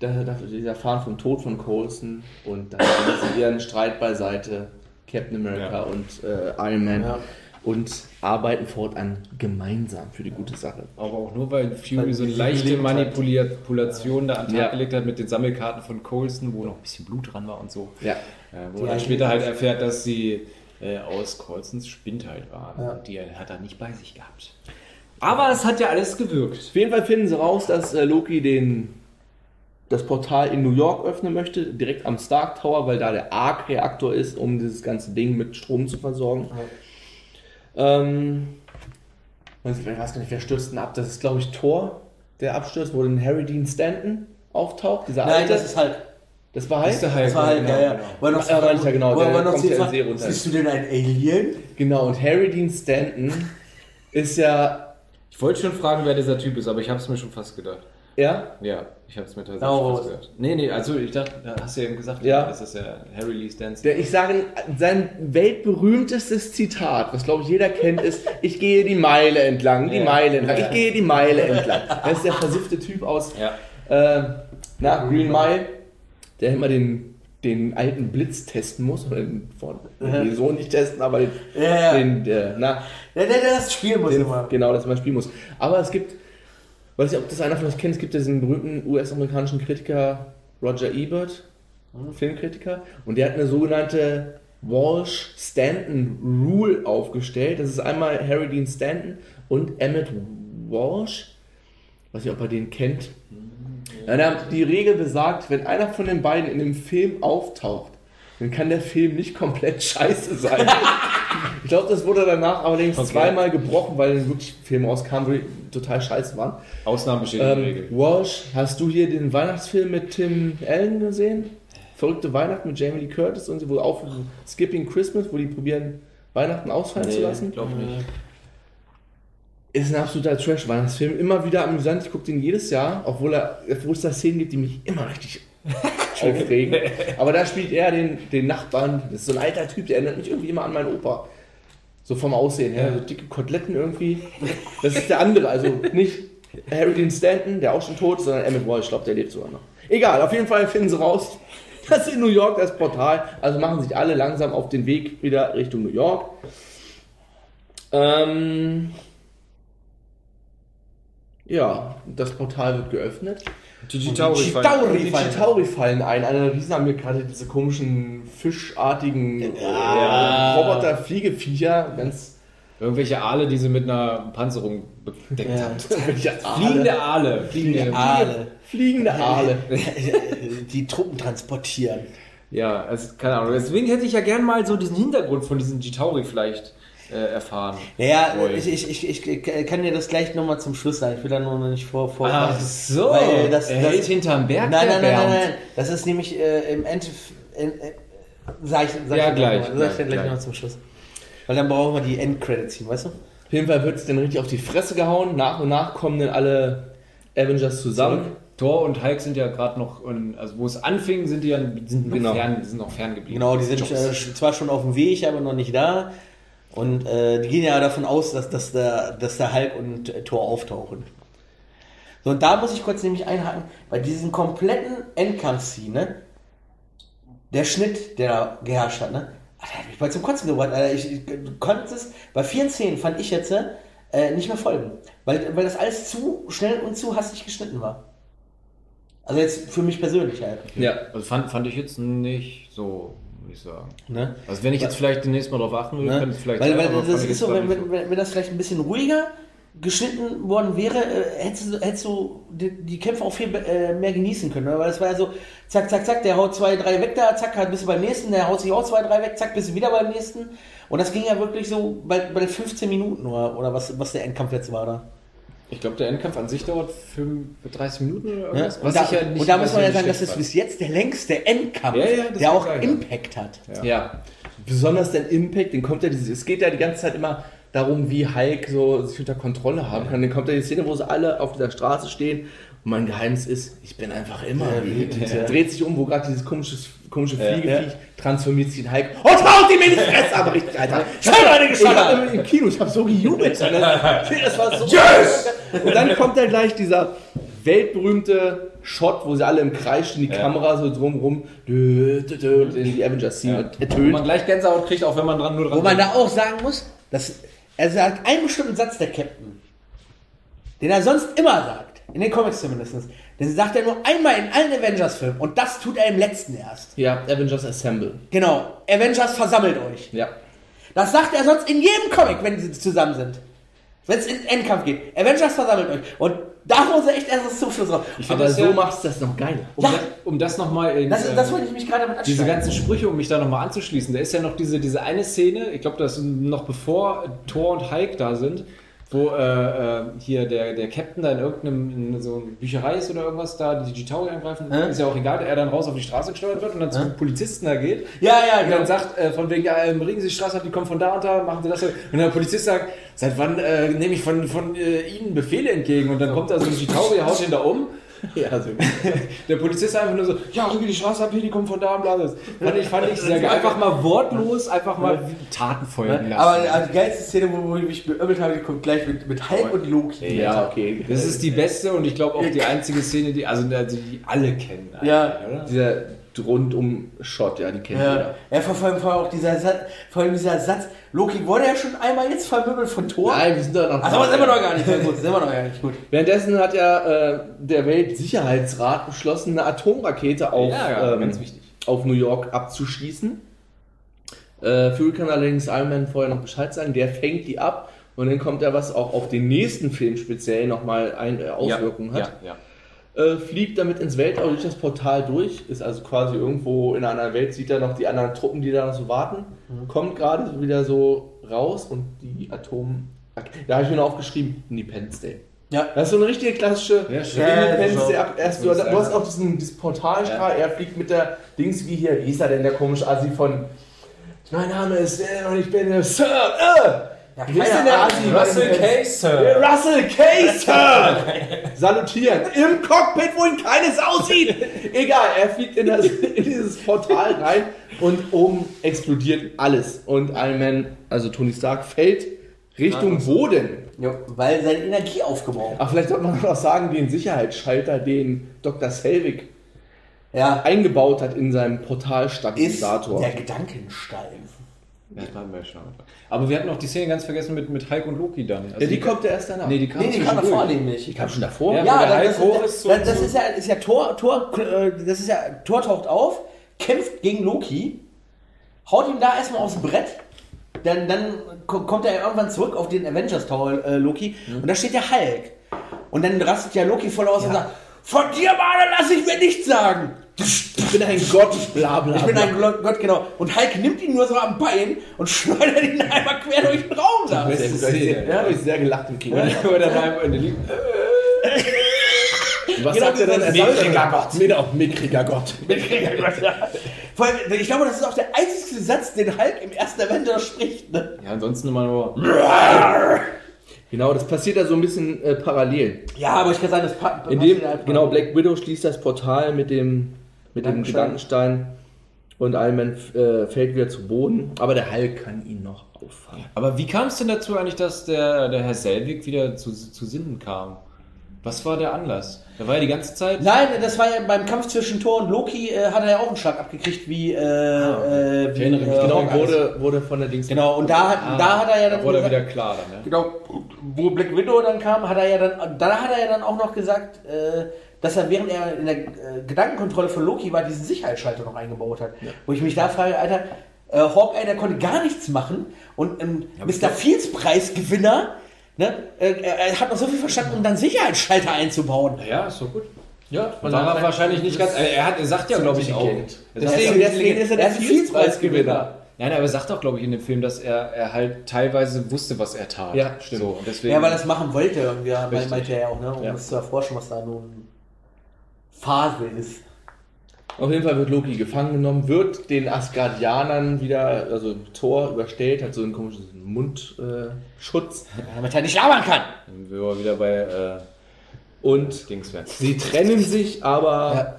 Speaker 7: da, da, sie erfahren vom Tod von Coulson und dann lassen sie ihren Streit beiseite, Captain America
Speaker 9: Ja.
Speaker 7: und äh, Iron Man,
Speaker 2: Ja.
Speaker 7: und arbeiten fortan gemeinsam für die gute Sache.
Speaker 9: Aber auch nur, weil Fury
Speaker 2: Weil halt.
Speaker 9: so eine
Speaker 2: sie
Speaker 9: leichte
Speaker 2: gelegt hat.
Speaker 9: Manipulation da an den Tag
Speaker 7: Ja.
Speaker 9: gelegt hat mit den Sammelkarten von Colson, wo noch ein bisschen Blut dran war und so.
Speaker 7: Ja.
Speaker 9: Äh, wo
Speaker 2: Die
Speaker 9: er dann
Speaker 2: eigentlich-
Speaker 9: später halt erfährt, dass sie äh, aus Colsons Spind halt waren.
Speaker 2: Ja.
Speaker 9: Und die hat er nicht bei sich gehabt. Aber es hat ja alles gewirkt.
Speaker 7: Auf jeden Fall finden sie raus, dass äh, Loki den, das Portal in New York öffnen möchte, direkt am Stark Tower, weil da der Arc-Reaktor ist, um dieses ganze Ding mit Strom zu versorgen. Ähm, und ich weiß gar nicht, wer stürzt denn ab? Das ist, glaube ich, Thor, der abstürzt, wo dann Harry Dean Stanton auftaucht. Dieser
Speaker 2: Nein,
Speaker 7: alte.
Speaker 2: das ist halt.
Speaker 7: das war halt.
Speaker 2: Das war halt, ja, ja. Weil noch,
Speaker 7: Ja, meine ich ja genau,
Speaker 2: weil
Speaker 7: der
Speaker 2: man noch
Speaker 7: kommt
Speaker 2: sie
Speaker 7: ja in
Speaker 2: fragt,
Speaker 7: den See runter.
Speaker 2: Bist du denn ein Alien?
Speaker 7: Genau, und Harry Dean Stanton ist ja.
Speaker 9: Ich wollte schon fragen, wer dieser Typ ist, aber ich habe es mir schon fast gedacht.
Speaker 7: Ja?
Speaker 9: Ja, ich habe es mir tatsächlich
Speaker 2: Sauber.
Speaker 9: fast gedacht. Nee, nee, also ich dachte, da hast du ja eben gesagt,
Speaker 7: Ja.
Speaker 9: das ist ja Harry Lee Stanton.
Speaker 7: Der, ich sage, sein weltberühmtestes Zitat, was glaube ich jeder kennt, ist: Ich gehe die Meile entlang, die
Speaker 9: Ja.
Speaker 7: Meile entlang,
Speaker 9: Ja.
Speaker 7: ich gehe die Meile entlang. Das ist der versiffte Typ aus
Speaker 9: Ja.
Speaker 7: äh, na, Green Mile, der immer den, den alten Blitz testen muss. Oder den, von, nee, so nicht testen, aber den.
Speaker 2: Ja, ja.
Speaker 7: den der, na,
Speaker 2: Ja, der, der das spielen muss
Speaker 7: den,
Speaker 2: immer.
Speaker 7: genau, dass man spielen muss. Aber es gibt, weiß nicht, ob das einer von euch kennt, es gibt diesen berühmten US-amerikanischen Kritiker Roger Ebert, Filmkritiker, und der hat eine sogenannte Walsh-Stanton Rule aufgestellt. Das ist einmal Harry Dean Stanton und Emmett Walsh. Weiß nicht, ob er den kennt. Ja, da- die Regel besagt, wenn einer von den beiden in dem Film auftaucht, dann kann der Film nicht komplett scheiße sein. ich glaube, das wurde danach allerdings zweimal gebrochen, weil dann wirklich Filme rauskamen, die total scheiße waren.
Speaker 9: Ausnahme besteht in der
Speaker 7: Ähm,
Speaker 9: Regel.
Speaker 7: Walsh, hast du hier den Weihnachtsfilm mit Tim Allen gesehen? Verrückte Weihnachten mit Jamie Lee Curtis und sie wohl auf Skipping Christmas, wo die probieren, Weihnachten ausfallen zu lassen? Äh,
Speaker 9: glaube nicht.
Speaker 7: Ist ein absoluter Trash-Weihnachtsfilm. Immer wieder amüsant. Ich gucke den jedes Jahr, obwohl, er, obwohl es da Szenen gibt, die mich immer richtig aufregen. Aber da spielt er den, den Nachbarn. Das ist so ein alter Typ, der erinnert mich irgendwie immer an meinen Opa. So vom Aussehen her. So dicke Koteletten irgendwie. Das ist der andere. Also nicht Harry Dean Stanton, der auch schon tot ist, sondern Emmett Walsh. Ich glaube, der lebt sogar noch. Egal, auf jeden Fall finden sie raus, dass in New York das Portal. Also machen sich alle langsam auf den Weg wieder Richtung New York. Ähm, ja, das Portal wird geöffnet.
Speaker 9: Digitauri.
Speaker 7: Die Chitauri fallen ein. Eine Riesen haben mir gerade diese komischen fischartigen äh, Roboter-Fliegeviecher. Ganz
Speaker 9: Irgendwelche Aale, die sie mit einer Panzerung bedeckt haben.
Speaker 7: welche Aale.
Speaker 9: Fliegende Aale. Fliegende
Speaker 7: Fliegende
Speaker 2: Aale.
Speaker 7: Aale.
Speaker 2: Die Truppen transportieren.
Speaker 9: Ja, also keine Ahnung. Deswegen hätte ich ja gern mal so diesen Hintergrund von diesem Jitauri vielleicht äh, erfahren.
Speaker 2: Naja,
Speaker 9: Ui.
Speaker 2: ich, ich, ich, ich kann dir das gleich nochmal zum Schluss sagen. Ich will da nur noch nicht vor. vor
Speaker 9: Ach so.
Speaker 2: Weil äh, das,
Speaker 9: er
Speaker 2: das,
Speaker 9: hält hinterm Berg.
Speaker 2: Nein,
Speaker 9: der
Speaker 2: nein, nein, nein,
Speaker 9: Bernd.
Speaker 2: nein. Das ist nämlich äh, im Endeffekt. Äh, sag ich, sag
Speaker 9: Ja,
Speaker 2: ich
Speaker 9: gleich,
Speaker 2: Noch, mal. sag
Speaker 9: gleich,
Speaker 2: ich dann gleich
Speaker 9: gleich.
Speaker 2: noch zum Schluss. Weil dann brauchen wir die Endcredits hin, weißt du?
Speaker 7: Auf jeden Fall wird es dann richtig auf die Fresse gehauen. Nach und nach kommen dann alle Avengers zusammen.
Speaker 9: Thor und Hulk sind ja gerade noch, in, also wo es anfing, sind die ja sind noch,
Speaker 7: Genau.
Speaker 9: fern, sind noch fern geblieben.
Speaker 2: Genau, die sind
Speaker 9: Jobs.
Speaker 2: äh, zwar schon auf dem Weg, aber noch nicht da. Und äh, die gehen ja davon aus, dass, dass, der, dass der Hulk und äh, Thor auftauchen. So, und da muss ich kurz nämlich einhaken, bei diesem kompletten Endkampf-Scene, ne, der Schnitt, der da geherrscht hat, ne, ah, der hat mich bald zum Kotzen gebracht. Alter. Ich, ich du konntest es, bei vielen Szenen fand ich jetzt äh, nicht mehr folgen, weil, weil das alles zu schnell und zu hastig geschnitten war. Also jetzt für mich persönlich halt.
Speaker 7: Ja.
Speaker 9: Also fand, fand ich jetzt nicht so, würde ich sagen.
Speaker 2: Ne?
Speaker 9: Also wenn ich jetzt vielleicht demnächst mal drauf achten würde,
Speaker 2: Ne?
Speaker 9: könnte es vielleicht
Speaker 2: weil,
Speaker 9: sein,
Speaker 2: weil
Speaker 9: aber fand
Speaker 2: das ist
Speaker 9: ich jetzt
Speaker 2: so,
Speaker 9: gar
Speaker 2: wenn,
Speaker 9: nicht
Speaker 2: wenn, wenn wenn das vielleicht ein bisschen ruhiger geschnitten worden wäre, äh, hättest, du- hättest du die, die Kämpfe auch viel äh, mehr genießen können. ne? Weil das war ja so, zack, zack, zack, der haut zwei, drei weg da, zack, bist du beim nächsten, der haut sich auch zwei, drei weg, zack, bist du wieder beim nächsten. Und das ging ja wirklich so bei, bei 15 Minuten oder, oder was, was der Endkampf jetzt war da. ne?
Speaker 9: Ich glaube, der Endkampf an sich dauert 35 Minuten oder
Speaker 2: Ne?
Speaker 9: irgendwas.
Speaker 2: Und, da und da muss
Speaker 9: was
Speaker 2: man
Speaker 9: ich
Speaker 2: ja
Speaker 9: nicht
Speaker 2: sagen, das ist
Speaker 9: schlecht
Speaker 2: bis jetzt der längste Endkampf,
Speaker 9: Ja, ja, das
Speaker 2: der
Speaker 9: kann
Speaker 2: auch
Speaker 9: sein, ja.
Speaker 2: Impact hat.
Speaker 7: Ja. Besonders den Impact, den kommt ja dieses, es geht ja die ganze Zeit immer darum, wie Hulk so sich unter Kontrolle haben kann. Dann kommt ja die Szene, wo sie alle auf dieser Straße stehen und mein Geheimnis ist, ich bin einfach immer wütend. Dreht sich um, wo gerade dieses komische, komische Fliegeviech transformiert sich in Hulk und haut ihm in die Fresse, aber richtig, Alter. Ich hab eine geschaut im, im Kino, ich habe so gejubelt. Das war so yes! Und dann kommt dann gleich dieser weltberühmte Shot, wo sie alle im Kreis stehen, die Kamera so drumrum, dö, dö, dö, und die Avengers-Szene
Speaker 9: fand. Wo
Speaker 7: ertönt.
Speaker 9: man gleich Gänsehaut kriegt, auch wenn man dran nur dran
Speaker 2: Wo man
Speaker 9: denkt.
Speaker 2: da auch sagen muss, dass er sagt einen bestimmten Satz, der Captain, den er sonst immer sagt, in den Comics zumindest, den sagt er nur einmal in allen Avengers-Filmen und das tut er im letzten erst.
Speaker 7: Ja, Avengers Assemble.
Speaker 2: Genau, Avengers versammelt euch.
Speaker 7: Ja.
Speaker 2: Das sagt er sonst in jedem Comic, wenn sie zusammen sind. Wenn es in den Endkampf geht. Avengers versammelt euch. Und da muss er echt erst das Zuschluss drauf.
Speaker 7: Aber
Speaker 9: das
Speaker 7: so
Speaker 9: ja-
Speaker 7: machst du das noch geiler.
Speaker 9: Um,
Speaker 2: Ja.
Speaker 9: das, um das nochmal in.
Speaker 2: Das,
Speaker 9: äh,
Speaker 2: das wollte ich mich gerade damit
Speaker 9: diese
Speaker 2: anschneiden.
Speaker 9: ganzen Sprüche, um mich da nochmal anzuschließen. Da ist ja noch diese, diese eine Szene, ich glaube, das ist noch bevor Thor und Hulk da sind, wo äh, äh, hier der, der Captain da in irgendeinem in so einer Bücherei ist oder irgendwas da, die Digitauri angreifen.
Speaker 2: Hä?
Speaker 9: Ist ja auch egal, er dann raus auf die Straße gesteuert wird und dann zum Polizisten da geht.
Speaker 2: Ja, ja,
Speaker 9: Und
Speaker 2: genau.
Speaker 9: dann sagt, äh, von wegen, ja, ähm, regen Sie die Straße ab, die kommen von da und da, machen Sie das. so. Und der Polizist sagt, seit wann äh, nehme ich von, von äh, Ihnen Befehle entgegen? Und dann kommt da so ein Digitauri, haut ihn da um.
Speaker 7: Ja, so.
Speaker 9: Der Polizist einfach nur so, ja, rüge die Straße ab, hier, die kommen von da und bla. Das fand ich, fand ich sehr geil. Einfach mal wortlos, einfach mal Taten folgen lassen.
Speaker 2: Aber äh, die geilste Szene, wo, wo ich mich beömmelt habe, die kommt gleich mit, mit Hulk und Loki.
Speaker 7: Ja, okay.
Speaker 9: das ist die beste und ich glaube auch die einzige Szene, die, also, also die alle kennen. eigentlich,
Speaker 2: Ja.
Speaker 9: Oder?
Speaker 7: Dieser Rundum-Shot, ja, die kennt
Speaker 2: Ja,
Speaker 7: jeder.
Speaker 2: äh, ja vor, allem, vor allem auch dieser Satz, vor allem dieser Satz, Loki wurde ja schon einmal jetzt vermöbelt von Thor.
Speaker 7: Nein, wir sind da noch.
Speaker 2: Also aber sind wir noch gar nicht so gut, sind wir noch gar nicht gut.
Speaker 7: Währenddessen hat ja äh, der Weltsicherheitsrat beschlossen, eine Atomrakete auf,
Speaker 9: Ja, ja,
Speaker 7: ähm,
Speaker 9: ganz wichtig.
Speaker 7: auf New York abzuschießen. Äh, Fury kann allerdings Iron Man vorher noch Bescheid sagen, der fängt die ab und dann kommt er, was auch auf den nächsten Film speziell nochmal ein, äh, Auswirkungen hat.
Speaker 9: Ja, ja.
Speaker 7: Äh, fliegt damit ins Weltall durch das Portal durch, ist also quasi irgendwo in einer anderen Welt, sieht er noch die anderen Truppen, die da noch so warten, kommt gerade wieder so raus und die Atom... Da habe ich mir noch aufgeschrieben, Independence Day.
Speaker 2: Ja.
Speaker 7: Das ist so eine richtige klassische
Speaker 9: Ja, stimmt.
Speaker 7: Independence Day
Speaker 2: Ja,
Speaker 7: ab. Erst, du, hast- du hast auch diesen, diesen Portalstrahl, er fliegt mit der Dings wie hier, wie hieß er denn, der komische Assi von Mein Name ist äh, und ich bin der Sir. Äh.
Speaker 2: Ja,
Speaker 7: Wie ist denn der Assi?
Speaker 3: Russell K. Sir.
Speaker 7: Äh, Russell Kaiser! Salutieren. Im Cockpit, wohin keines aussieht. Egal, er fliegt in, das, in dieses Portal rein und oben explodiert alles. Und Iron Man, also Tony Stark, fällt Richtung Boden.
Speaker 2: Ja, weil seine Energie aufgebraucht.
Speaker 7: Ach, vielleicht sollte man noch sagen, den Sicherheitsschalter, den Dr. Selvig
Speaker 2: Ja,
Speaker 7: eingebaut hat in seinem
Speaker 2: ist
Speaker 7: Portalstabilisator.
Speaker 2: der Gedankenstein.
Speaker 9: Das machen wir schon. Aber wir hatten auch die Szene ganz vergessen mit, mit Hulk und Loki dann. Also
Speaker 7: Ja, die kommt ja erst danach.
Speaker 9: Nee, die kam
Speaker 2: Nee, die kam
Speaker 9: zwischendurch.
Speaker 2: davor nämlich.
Speaker 7: die kam schon davor.
Speaker 9: Ja.
Speaker 2: Ja,
Speaker 9: Wo der
Speaker 2: das,
Speaker 9: Hulk hoch
Speaker 2: das,
Speaker 9: ist, so-
Speaker 2: das, das
Speaker 9: so-
Speaker 2: ist ja, ist ja Tor, Tor, äh, das ist ja, Tor taucht auf, kämpft gegen Loki, haut ihm da erstmal aufs Brett, dann, dann ko- kommt er ja irgendwann zurück auf den Avengers Tower, äh, Loki,
Speaker 7: Mhm.
Speaker 2: und da steht der Hulk. Und dann rastet ja Loki voll aus und sagt, von dir, Mane, lass ich mir nichts sagen.
Speaker 7: Ich bin ein Gott, bla bla.
Speaker 2: Ich bin
Speaker 7: bla.
Speaker 2: ein Gott, Gott, genau. Und Hulk nimmt ihn nur so am Bein und schneidet ihn einmal quer durch den Raum. Da.
Speaker 7: Sehr gut,
Speaker 9: Szene,
Speaker 7: sehr-
Speaker 9: ja.
Speaker 7: Da habe ich sehr gelacht im Kino.
Speaker 9: Oder beim äh, die-
Speaker 7: Was
Speaker 2: Genau,
Speaker 7: sagt er denn? Er
Speaker 2: dieser
Speaker 7: sagt dann-
Speaker 2: mickriger Gott.
Speaker 7: Genau, mickriger Gott.
Speaker 2: Vor allem, ich glaube, das ist auch der einzige Satz, den Hulk im ersten Avengers spricht. Ne?
Speaker 9: Ja, ansonsten immer nur.
Speaker 7: Genau, das passiert da so ein bisschen äh, parallel.
Speaker 2: Ja, aber ich kann sagen, das halt pa
Speaker 7: In dem, genau, Black Widow schließt das Portal mit dem, mit dem Gedankenstein und Iron Man äh, fällt wieder zu Boden, aber der Hulk kann ihn noch auffangen.
Speaker 9: Aber wie kam es denn dazu eigentlich, dass der, der Herr Selvig wieder zu, zu Sinnen kam? Was war der Anlass? Da war ja die ganze Zeit.
Speaker 2: Nein, das war ja beim Kampf zwischen Thor und Loki, äh, hat er ja auch einen Schlag abgekriegt, wie. Äh, äh,
Speaker 9: Ich
Speaker 2: wie
Speaker 9: erinnere mich,
Speaker 2: äh,
Speaker 9: genau,
Speaker 2: Hawkeye.
Speaker 7: Wurde, wurde von der Dings.
Speaker 2: genau, und da, hat, da hat er ja dann.
Speaker 9: Ah. wurde er
Speaker 2: gesagt-
Speaker 9: wieder klar dann, ne?
Speaker 2: Genau, wo Black Widow dann kam, hat er ja dann, da hat er ja dann auch noch gesagt, äh, dass er während er in der äh, Gedankenkontrolle von Loki war, diesen Sicherheitsschalter noch eingebaut hat. Wo ich mich da frage, Alter, äh, Hawkeye, der konnte gar nichts machen und ähm, Mr. Fields Preisgewinner, ne, äh, er hat noch so viel verstanden, um dann Sicherheitsschalter einzubauen.
Speaker 9: Ja, ist doch gut.
Speaker 3: Ja,
Speaker 9: Und war er wahrscheinlich nicht ganz. Er, hat, er sagt ja, glaube ich, auch.
Speaker 7: intelligent.
Speaker 9: Er sagt
Speaker 2: Deswegen,
Speaker 9: ja-
Speaker 2: deswegen ist er der Fields-Preisgewinner.
Speaker 9: Nein, aber er sagt auch, glaube ich, in dem Film, dass er, er halt teilweise wusste, was er tat.
Speaker 7: Ja, stimmt.
Speaker 9: So, und deswegen,
Speaker 2: Ja, weil er das machen wollte, irgendwie, ja,
Speaker 9: Richtig.
Speaker 2: meinte er ja auch, ne, um
Speaker 9: Ja.
Speaker 2: es zu erforschen, was da nun Phase ist.
Speaker 7: Auf jeden Fall wird Loki gefangen genommen, wird den Asgardianern wieder, also Thor überstellt, hat so einen komischen Mundschutz.
Speaker 2: Damit er nicht labern kann.
Speaker 9: Dann sind wir wieder bei äh,
Speaker 7: Und
Speaker 9: Dings werden.
Speaker 7: Sie trennen sich, aber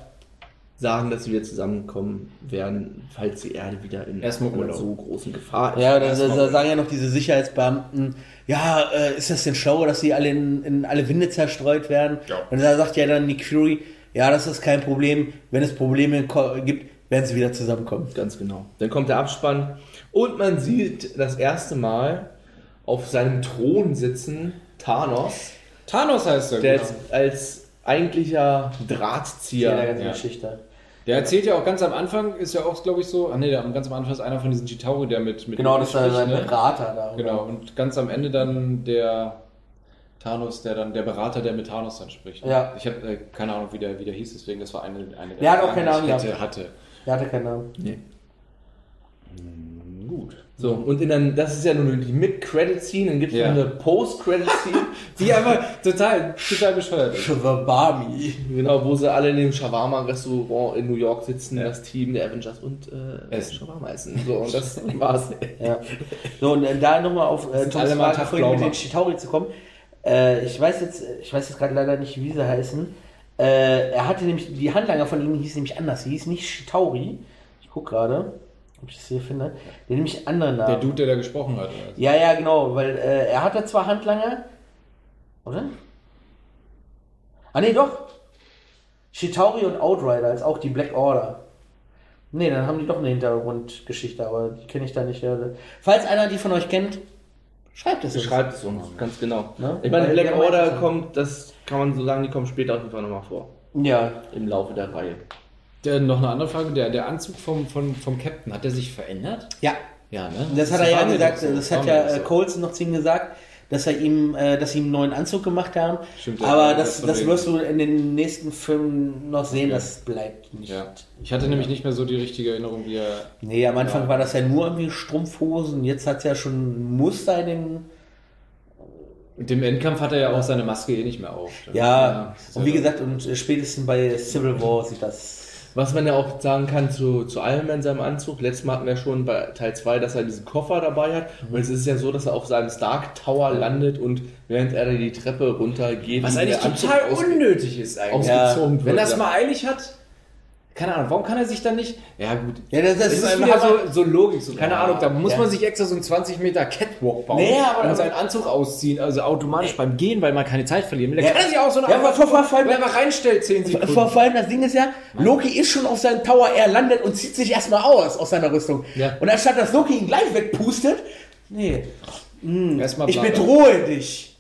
Speaker 7: sagen, dass sie wieder zusammenkommen werden, falls die Erde wieder in
Speaker 9: Erstmal
Speaker 7: einer
Speaker 9: Urlaub.
Speaker 7: so großen Gefahr ist.
Speaker 2: Ja, da, da, da sagen ja noch diese Sicherheitsbeamten, ja, äh, ist das denn schlau, dass sie alle in, in alle Winde zerstreut werden? Und da sagt ja dann Nick Fury, ja, das ist kein Problem. Wenn es Probleme ko- gibt, werden sie wieder zusammenkommen.
Speaker 7: Ganz genau. Dann kommt der Abspann und man sieht das erste Mal auf seinem Thron sitzen Thanos,
Speaker 9: Thanos heißt er,
Speaker 7: der
Speaker 9: genau.
Speaker 7: jetzt als eigentlicher
Speaker 2: der
Speaker 7: Drahtzieher.
Speaker 2: ganzen
Speaker 9: ja. genau.
Speaker 2: Geschichte.
Speaker 9: Der erzählt ja auch ganz am Anfang, ist ja auch, glaube ich, so. Ah, nee, der- ganz am Anfang ist einer von diesen Chitauri, der mit. mit
Speaker 2: Genau, das ist
Speaker 9: spricht,
Speaker 2: sein
Speaker 9: ne?
Speaker 2: Berater da.
Speaker 9: Genau, und ganz am Ende dann der Thanos, der dann, der Berater, der mit Thanos dann spricht.
Speaker 2: Ja.
Speaker 9: Ich habe äh, keine Ahnung, wie der, wie der hieß, deswegen, das war eine, eine
Speaker 2: Der hat auch keinen Namen
Speaker 9: ich hätte,
Speaker 2: gehabt.
Speaker 9: hatte.
Speaker 2: Der hatte keinen Namen.
Speaker 9: Gut.
Speaker 7: So, und in dann, das ist ja nur die Mid-Credit-Scene, dann gibt es
Speaker 9: Ja.
Speaker 7: eine Post-Credit-Scene,
Speaker 9: Die aber total, total bescheuert ist.
Speaker 2: Schwabami.
Speaker 7: genau, wo sie alle in dem Shawarma-Restaurant in New York sitzen, das Team der Avengers und äh,
Speaker 9: Essen.
Speaker 7: Shawarma essen. So, und das war's.
Speaker 2: Ja. So, und äh, da nochmal auf äh, Toms
Speaker 9: alle mal
Speaker 2: Frage
Speaker 9: Tag
Speaker 2: vorhin mit
Speaker 9: blau
Speaker 2: den Chitauri zu kommen. Äh, ich weiß jetzt, ich weiß jetzt gerade leider nicht, wie sie heißen. Äh, er hatte nämlich, die Handlanger von ihm hieß nämlich anders. Sie hieß nicht Chitauri. Ich guck gerade, ob ich das hier finde. Der nämlich einen anderen Namen.
Speaker 9: Der Dude, der da gesprochen hat. oder?
Speaker 2: Ja, ja, genau, weil äh, er hatte zwar Handlanger, oder? Ah, nee, doch. Chitauri und Outrider als auch die Black Order. Nee, dann haben die doch eine Hintergrundgeschichte, aber die kenne ich da nicht. Ja. Falls einer die von euch kennt, schreibt es uns.
Speaker 7: Schreibt es uns, ganz genau.
Speaker 2: Ne?
Speaker 7: Ich meine,
Speaker 2: Weil
Speaker 7: Black
Speaker 2: wir haben
Speaker 7: Order
Speaker 2: einfach so-
Speaker 7: kommt, das kann man so sagen, die kommen später auf jeden Fall nochmal vor.
Speaker 2: Ja,
Speaker 7: Im Laufe der Reihe.
Speaker 9: Der, noch eine andere Frage, der, der Anzug vom, vom, vom Captain, hat der sich verändert?
Speaker 2: ja.
Speaker 9: Ja, ne?
Speaker 2: Das hat er ja
Speaker 9: war mir
Speaker 2: gesagt,
Speaker 9: doch so.
Speaker 2: das
Speaker 9: War
Speaker 2: hat
Speaker 9: mir
Speaker 2: ja
Speaker 9: doch
Speaker 2: äh,
Speaker 9: so.
Speaker 2: Colson noch zu ihm gesagt, dass er ihm, äh, dass sie ihm einen neuen Anzug gemacht haben.
Speaker 9: Stimmt, ja.
Speaker 2: aber das,
Speaker 9: Von
Speaker 2: das
Speaker 9: wegen.
Speaker 2: wirst du in den nächsten Filmen noch sehen,
Speaker 9: Okay.
Speaker 2: das bleibt nicht.
Speaker 9: Ja. Ich hatte nämlich nicht mehr so die richtige Erinnerung, wie er.
Speaker 2: Nee, am Anfang
Speaker 9: Ja.
Speaker 2: war das ja nur irgendwie Strumpfhosen. Jetzt hat es ja schon ein Muster in dem.
Speaker 9: Mit dem Endkampf hat er ja auch seine Maske eh nicht mehr auf.
Speaker 2: Ja, und wie
Speaker 9: ja- also
Speaker 2: gesagt, und äh, spätestens bei Civil War sieht das.
Speaker 7: Was man ja auch sagen kann zu, zu Iron Man, seinem Anzug. Letztes Mal hatten wir schon bei Teil 2, dass er diesen Koffer dabei hat. Und es ist ja so, dass er auf seinem Stark Tower landet und während er die Treppe runtergeht,
Speaker 9: Was
Speaker 7: ihm
Speaker 9: eigentlich
Speaker 7: der Anzug
Speaker 9: total
Speaker 7: ausge-
Speaker 9: unnötig ist eigentlich.
Speaker 7: ausgezogen
Speaker 9: Wenn
Speaker 7: wird.
Speaker 9: das
Speaker 7: ja.
Speaker 9: mal eilig hat, keine Ahnung, warum kann er sich dann nicht. Ja, gut.
Speaker 2: Ja, das,
Speaker 9: Das ist wieder so, so Logik, so keine Ahnung, da muss
Speaker 2: ja.
Speaker 9: man sich extra so einen 20 Meter Catwalk bauen
Speaker 2: Nee, aber-
Speaker 9: und seinen Anzug ausziehen, also automatisch beim Gehen, weil man keine Zeit verlieren will. Da
Speaker 2: Ja.
Speaker 9: kann er sich auch so einen
Speaker 2: Ja, aber vor- vor- vor-
Speaker 9: wenn er einfach reinstellt, 10 Sekunden.
Speaker 2: vor, vor allem das Ding ist ja, Loki ist schon auf seinem Tower, er landet und zieht sich erstmal aus aus seiner Rüstung.
Speaker 9: Ja.
Speaker 2: Und anstatt dass Loki ihn gleich wegpustet, nee,
Speaker 9: Erstmal
Speaker 2: ich
Speaker 9: bleiben.
Speaker 2: bedrohe dich.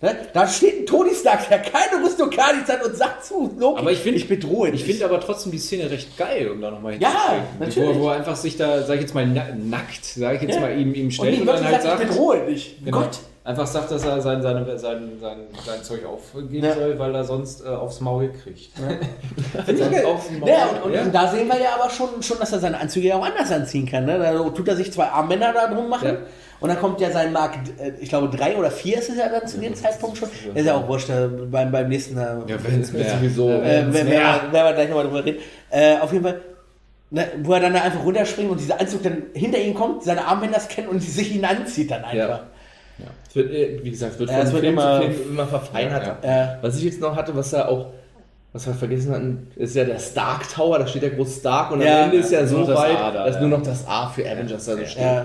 Speaker 2: Ne? Da steht ein Tony Stark, der keine Rüstung, gar nichts hat und sagt zu Loki,
Speaker 9: Aber ich finde-
Speaker 2: bedrohe dich.
Speaker 9: Ich finde aber trotzdem die Szene recht geil, um da nochmal
Speaker 2: Ja, natürlich.
Speaker 9: Wo, wo er einfach sich da, sag ich jetzt mal, na- nackt, sag ich jetzt
Speaker 2: Ja.
Speaker 9: mal, ihm, ihm
Speaker 2: und
Speaker 9: stellt
Speaker 2: die
Speaker 9: und,
Speaker 2: Leute
Speaker 9: dann halt
Speaker 2: sagt, ich
Speaker 9: sagt,
Speaker 2: bedrohe dich.
Speaker 9: genau,
Speaker 2: Gott.
Speaker 9: einfach sagt, dass er sein, sein, sein, sein, sein Zeug aufgeben
Speaker 2: Ja.
Speaker 9: soll, weil er sonst äh, aufs Maul kriegt.
Speaker 2: Ja,
Speaker 9: aufs Maul.
Speaker 2: ja, und, und,
Speaker 9: Ja.
Speaker 2: und da sehen wir ja aber schon, schon, dass er seine Anzüge ja auch anders anziehen kann. Ne? Da tut er sich zwei Armmänner da drum machen
Speaker 9: Ja.
Speaker 2: und dann kommt ja sein Mark, äh, ich glaube drei oder vier ist es ja dann zu dem Zeitpunkt schon. Das ist ja auch wurscht, äh, beim, beim nächsten, äh,
Speaker 9: wenn's mir
Speaker 7: sowieso.
Speaker 2: äh, wenn, wenn, wir, werden wir gleich nochmal drüber reden. Äh, auf jeden Fall, ne, wo er dann da einfach runterspringt und dieser Anzug dann hinter ihm kommt, seine Armbänder scannt und sich ihn anzieht dann einfach.
Speaker 7: Es wird, äh, wie gesagt, es wird
Speaker 2: Ja,
Speaker 7: von
Speaker 2: es wird
Speaker 7: Film
Speaker 2: immer-
Speaker 7: zu Film immer verfeinerter.
Speaker 2: Ja.
Speaker 7: Was ich jetzt noch hatte, was da auch, was wir vergessen hatten, ist ja der Stark Tower, da steht ja groß Stark und
Speaker 2: Ja.
Speaker 7: am Ende ist ja so
Speaker 9: Nur das
Speaker 7: weit,
Speaker 9: A da,
Speaker 7: dass
Speaker 9: ja.
Speaker 7: nur noch das A für Avengers also da so steht.
Speaker 2: Ja.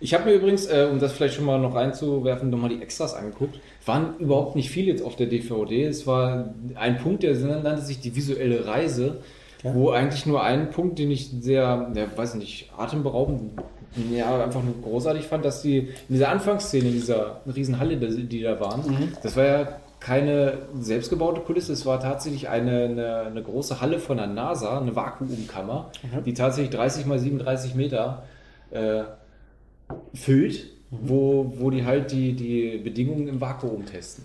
Speaker 9: Ich habe mir übrigens, äh, um das vielleicht schon mal noch reinzuwerfen, nochmal die Extras angeguckt. Waren überhaupt nicht viele jetzt auf der DVD. Es war ein Punkt, der nannte sich die visuelle Reise, wo eigentlich nur ein Punkt, den ich sehr, ja, weiß nicht, atemberaubend, ja, einfach nur großartig fand, dass die in dieser Anfangsszene, in dieser Riesenhalle, die die da waren, das war ja keine selbstgebaute Kulisse, es war tatsächlich eine, eine, eine große Halle von der NASA, eine Vakuumkammer, die tatsächlich 30 mal 37 Meter äh, füllt, wo, wo die halt die, die Bedingungen im Vakuum testen.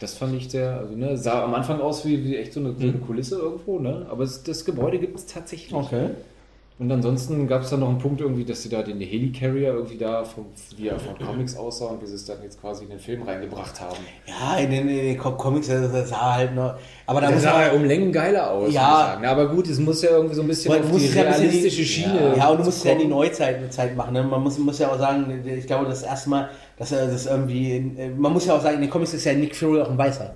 Speaker 9: Das fand ich sehr, also ne, sah am Anfang aus wie, wie echt so eine, so
Speaker 2: Mhm.
Speaker 9: eine Kulisse irgendwo, ne? Aber es, das Gebäude gibt es tatsächlich. Und ansonsten gab es dann noch einen Punkt irgendwie, dass sie da den Helicarrier irgendwie da, vom, wie er von Comics aussah und wie sie es dann jetzt quasi in den Film reingebracht haben.
Speaker 2: Ja, in den, in den Com- Comics, das das sah halt noch. Aber da muss
Speaker 7: halt
Speaker 2: man-
Speaker 9: ja um Längen geiler aus,
Speaker 2: Ja.
Speaker 9: muss ich sagen. Aber gut, es muss ja irgendwie so ein bisschen
Speaker 2: Man
Speaker 9: auf
Speaker 2: muss
Speaker 9: die
Speaker 2: es ja ein bisschen
Speaker 9: realistische
Speaker 2: die-
Speaker 9: Schiene.
Speaker 2: Ja, und du musst es ja in die
Speaker 9: kommen.
Speaker 2: Neuzeit mit Zeit machen. Ne? Man muss, muss ja auch sagen, ich glaube, das erste Mal, dass er das irgendwie. äh, Man muss ja auch sagen, in den Comics ist ja Nick Fury auch ein Weißer.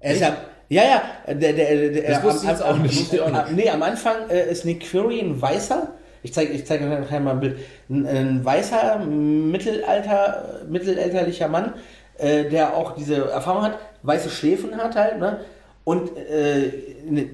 Speaker 2: Er ist ja. Ja, ja, der, der, der,
Speaker 9: Das wusste ich jetzt auch
Speaker 2: am,
Speaker 9: nicht, wusste ich auch nicht.
Speaker 2: Nee, am Anfang äh, ist Nick Fury ein Weißer. Ich zeige ich zeig euch nachher mal ein Bild. Ein, ein weißer, Mittelalter, mittelalterlicher Mann, äh, der auch diese Erfahrung hat, weiße Schläfen hat halt, ne? Und äh, ne,